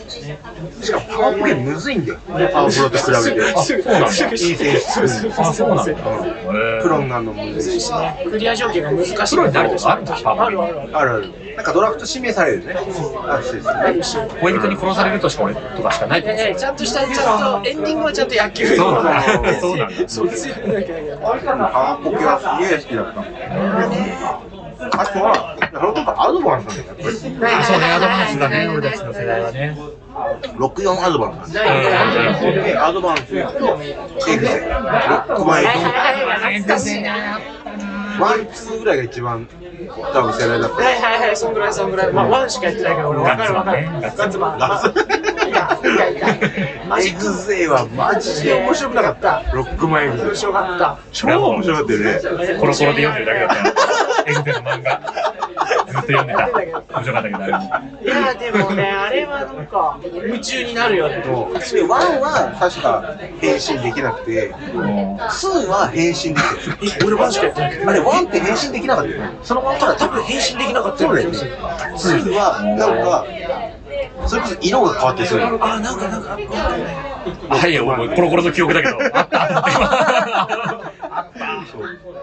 しかもパワープレイむずいんだよ。パ
あ
ワープロと比べて。
あそうなんだ
いい選
そうそう
手。
あ、そうなんだ。
プロ
へ
になるのも難しいし。あ
ねクリア条件が難しい。
プロになることあるの
あるあるある。
るある。なんかドラフト指名されるね。あるしです
あ
ね。
るし。
え恋人に殺されるとしか俺とかしかないと思う
ええちゃんとした、ちゃんと、エンディングはちゃんと野球
そうなん
だ
そうなんだ
そうですよね。
パワーポケはすげえ好きだった。あとは、あの時アドバンスなんだよ、やっぱ
あそうね、アドバンスだね、俺たちの世代はね。
り。64アドバンスなんだよ。
うん
でアドバンス行くと、エグゼ、ロックマイドン、
懐かしいな。
ワン、ツーぐらいが一番多分世代だった。
はいはいはい、そんぐらいそんぐらい。まあ、ワンしかやってないから、俺、わかるわかる。ガッツマン。
ラス
いやいやいやマジ
エグゼはマジで面白くなかった。ロックマイエグ
面
ゼ。
白かった。
超面白かったよね。
コロコロで読んでるだけだった。エグゼの漫画。ずっと読んでた。面白かったけど、あれも。
いや、でもね、あれはなんか、夢中になるよね。
で、ワンは確か変身できなくて、ツーは変身できてる。俺ワンしかやってない。あれ、ワンって変身できなかったよね。そのまんまだ多分変身できなかったよね。ツーは、なんか、それこそ色が変わってする。
あ、なんか、なんか、
はい、もうコロコロの記憶だけど。あった、あった。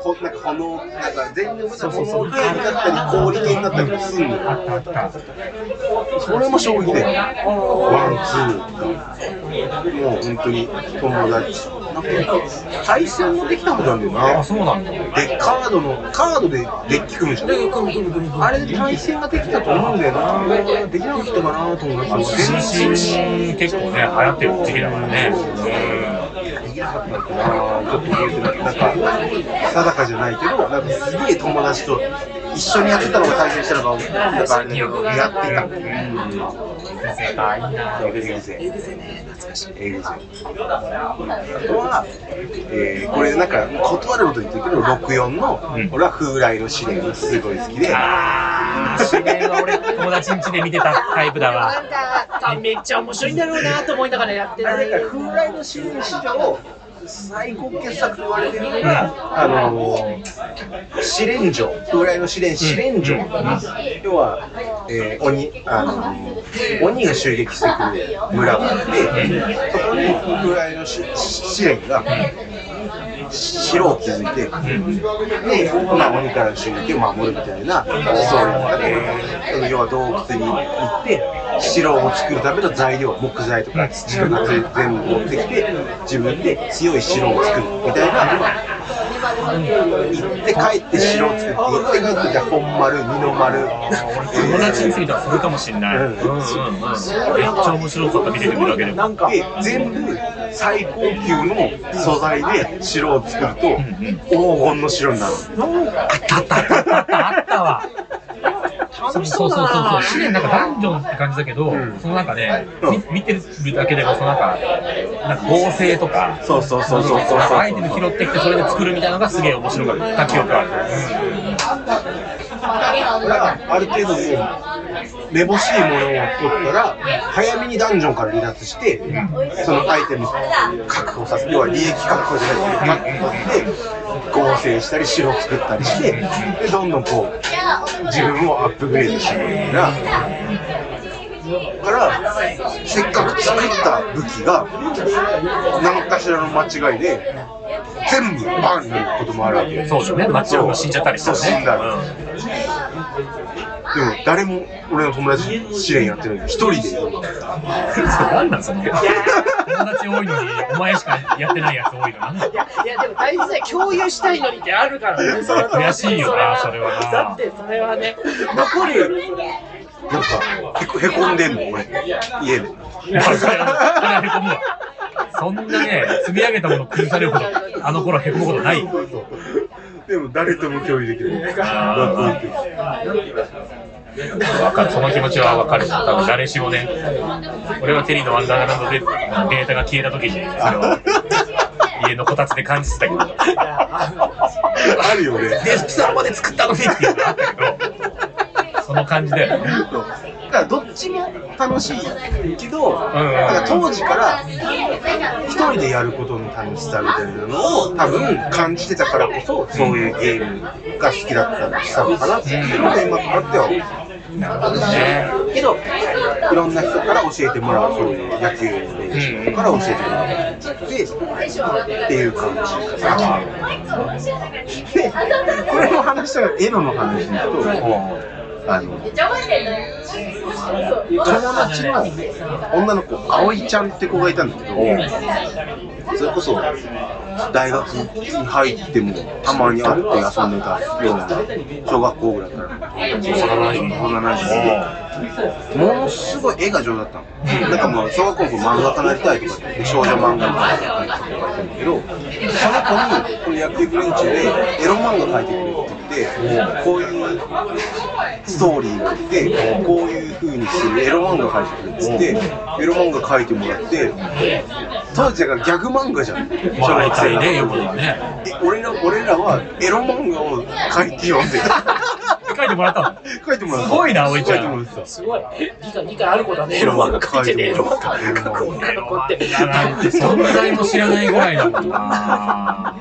こなんか炎、なんか全然無駄な炎系になったり、氷系になったりすんのよ。
あった、あった。
それも衝撃だよ。ワン、ツー。もう本当に友達。なんか対戦もできたことあるんだよ
あ、
な。
そうなんだ。
で、カードの、カードでデッキ組むじゃん。あれで対戦ができたと思うんだよな。できなかったかなと思って。全然
CC 結構ね、流行ってる時期だからね。
できなかったのかな。ちょっと覚えてない。なんか、定かじゃないけど、なんかすげえ友達と一緒にやってたのが対戦したのが、なんかあれだけど、やってた。
うん。世界いいな。
エグゼ。エグゼね、懐かしい。エグゼ。あとは、えーこれなんか断ること言ってるけど、64の、
うん
俺は風来の試練がすごい好きで、
あー、自然は俺、友達ん家で見てたタイプだわ。
めっちゃ面白いんだろうなと思いながらやって
あ
な
れ
い。
なんか風来の試練史上、最高傑作と言われてるのが、あのー、試練城、風来の試練、試練城、
うん
要は、えー鬼あのー鬼が襲撃してくる村があって、そこに風来のし試練が城を築いて、で、まあ、鬼からの襲撃を守るみたいなストーリーの中で、その要は洞窟に行って、城を作るための材料、木材とか土とか全部持ってきて、自分で強い城を作るみたいな。行って帰って城を作って、行って帰ってじゃあ本丸、二の丸。
友達に過ぎたらそれかもしれない。うんうんうん。めっちゃ面白かった、見ててるだけで
な
も。
んか、
で全部最高級の素材で城を作ると黄金の城になる。
あった、あったわ。そう
楽し
そ
そうう
そう
だ
そう。
な。
試練なんかダンジョンって感じだけど、
ん
そのなんかね、
うん
み見てるだけでもそのなんか、なんか合成とか、
そうそうそうそうそうそう。
アイテム拾ってきてそれで作るみたいなのがすげえ面白かった記憶がある。
ある程度もう、めぼしいものを取ったら、早めにダンジョンから離脱して、そのアイテム確保させて、要は利益確保じゃないけど、確保して、合成したり、城作ったりして、で、どんどんこう、自分をアップグレードしていくみたいな。だから、せっかく作った武器が、何かしらの間違いで、全部バンになることもあるわけよ。
そうだよね。マッチョも死んじゃったりしたら
そう死んだ
ね。
でも誰も俺の友達試練やってるのに一人で
うん。なん *laughs* なんその。友達多いのに、お前しか *laughs* やってないやつ多いの。なんだ
いや、いやでも大事だよ共有したいのにってあるから *laughs* ね、その
悔しいよなそれはな
だって、それはね、残るよね。
なんかへこへこんでんの俺家で
いやそれそれはへこむわ。そんなね、積み上げたもの崩されるほど、あの頃へこむことない。
でも誰とも共有できない
あわかる、その気持ちはわかる。多分誰しもね、俺はテリーのワンダーランドでデータが消えた時に、それを家のこたつで感じてたけど、
いや
あるよね
で、貴様まで作ったのにっていうのがあったけど、その感じだよね。
そうだからどっちも楽しいけど、
うんうん
なんか当時から一人でやることの楽しさみたいなのを多分感じてたからこそそういうゲームが好きだったりしたのかなっていうのが今となってはなるほどね。
ね
けど、いろんな人から教えてもらう、そういう野球の練習から教えてもらう。で、っていう感じかな。で、これの話とエロの話に行くと、あの、金町の女の子、葵ちゃんって子がいたんだけど、それこそ大学に入ってもたまに会って遊んでたような小学校ぐらいから幼馴染幼馴染でものすごい絵が上手だったのなんかもう小学校の頃漫画家なりたいとかって言って少女漫画みたいなの描いてたんだけどその子にこの野球部連中でエロ漫画描いてくれって言ってこういうストーリーがあってこういう風にするエロ漫画描いてくれっつってエロ漫画描いてもらって当時だからギャグ漫画じゃん
ま
小
あ、大
学生
体
の
ね、よくね。
え俺ら俺らはエロ漫画を書いて読んで
*laughs*
た *laughs*
書いてもらったの
書いてもらった
すごいな葵ち
書
ゃん
いてもらってた
すごい。理解、理解ある子だね。エロ漫画描いてね。エロ漫画描く女の子って。
存在も知らないぐらいだもんな。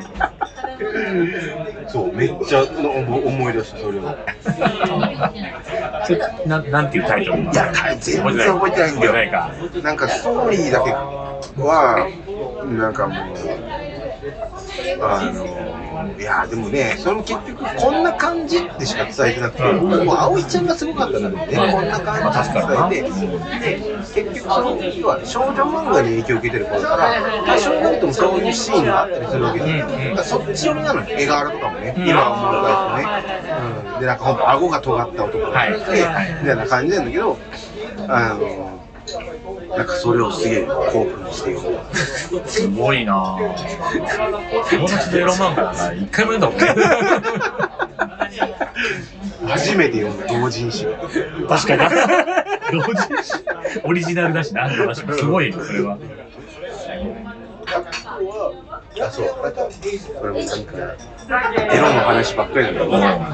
そうめっちゃ思い出したそれを
それななんていうタイトル
いや全然覚えてないんだよ
覚えてないか。
なんかストーリーだけはなんかもうあのいやでもねそれも結局こんな感じってしか伝えてなくて、もう葵ちゃんがすごかったんだけどね、こんな感じって伝えて、で結局その時は少女漫画に影響を受けてる頃から多少なりともそういうシーンがあったりするわけで、
うんうん
だからそっち寄りなのよ絵柄とかもね、
うん
今思い返すとね、うん、でなんかほんと顎が尖った男がいて、
はいはい
みたいな感じなんだけどあのなんかそれをすげえ興奮してよ。
すごいなぁ。友達のエロ漫画なんか一回も読んだもんね。
初めて読んだ同人誌が。
確かに。同時オリジナルだしな、話もすごいよ、それは。
あ、そう。これもなんか、エロの話ばっかりなんだけど、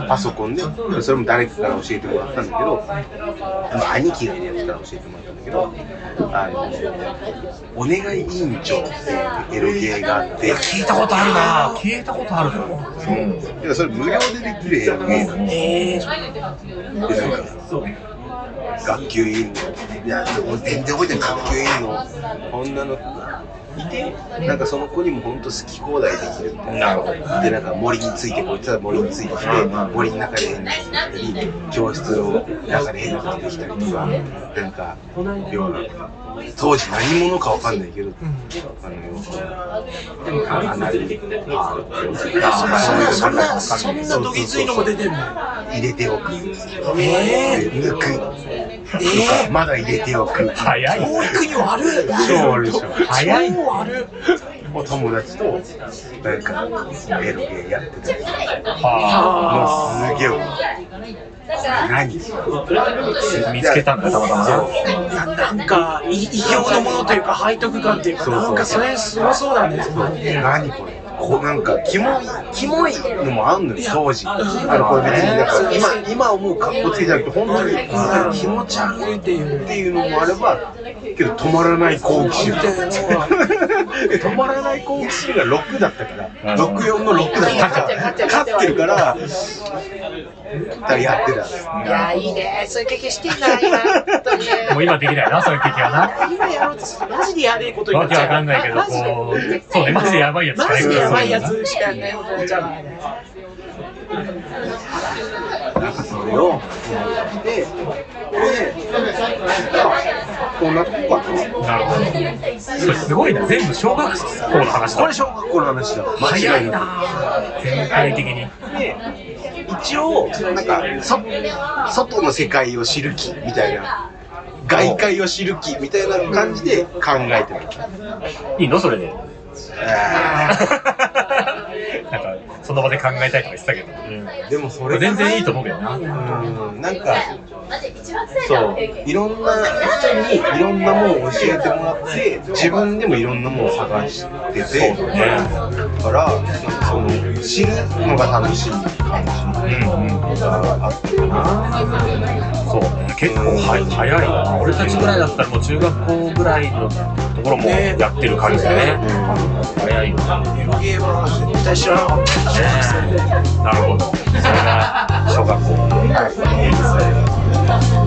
パソコンで、それも誰かから教えてもらったんだけど、まあ、兄貴がいるやつから教えてもらったんだけど、あの、お願い委員長っていうエロゲーがあって、
聞いたことあるなぁ。聞いたことあるの。
いやそれ無料でできるエロゲーなの。
えー、
でなんか学級委員のいやでも全然覚えてない学級委員の女の子がいてなんかその子にも本当好き放題できるみたいなでなんか森についてこいつは森についてきて森の中で変なことやったり教室の中で変なことできたりとかなんか要は当時何者かわかんないけど、あの離れてあー
そんな、
そう
そん
いう
な、そん
そんな
な
ど
ど
ぎ
ぎ
つ
つ
い
い
の
の
も
も
出
出てんの。
入れておく
えー、
抜く
えー、
まだ入れておく。
早い。
教育に悪い。
超悪いでしょ。
早い。
超悪い。
お友達と、なんか、エロゲーやってたりと
は
か、もうすげえ思う。何
ぁ。見つけたんだ、たまたまな。
ななんか、い異形のものというか、背徳感というか、
そうそう
なんかそれすごそうだね。
何これこうなんか、キモい、キモいのもあんのよ、当時。あの、これ別になんか、今、今思う格好つけじゃなくて、本当に、気持ち悪いっていう、っていうのもあれば、けど止まらない好奇心。止まらない好奇心が6だったから、64の6だったから、勝ってるから、やってた。
いや、いいね。そういう経験してんだ、今。本当にね
*laughs* もう今できないな、そういう経験はな。
今やろうとするとマジでやべえことにな
わ
っ
け
ちゃう
わかんないけど、
マジで
こう、そうね、マジでやばいやつしか
マ
ない
ジ
か
で
ら
やばいやつしかやんないことになっちゃうからね
それをで、で、こんなとこかな。
なるほど。それすごいな、全部小学校の話だ。
これ小学校の話だ。間
早
違
い
い
な
な
ぁ。全体的に。
く。で、一応、なんか、そ外の世界を知る気みたいな、外界を知る気みたいな感じで考えてる。
いいのそ *laughs* れで。なん
あ
か、その場で考えたいとか言ってたけど。
ーでもそれが
全然いいと思うけどな。
うん、なんか、そう、いろんな人にいろんなものを教えてもらって、自分でもいろんなものを探してて、
そうだね
だから、その知るのが楽しい感
うんうん。
じがあってな。
そうね。結構は早いな。俺たちぐらいだったらもう中学校ぐらいのところもやってる感じだね。早いよな。ね
ゲームは絶対知らなかった
なるほど。それが小学校。
はい
した。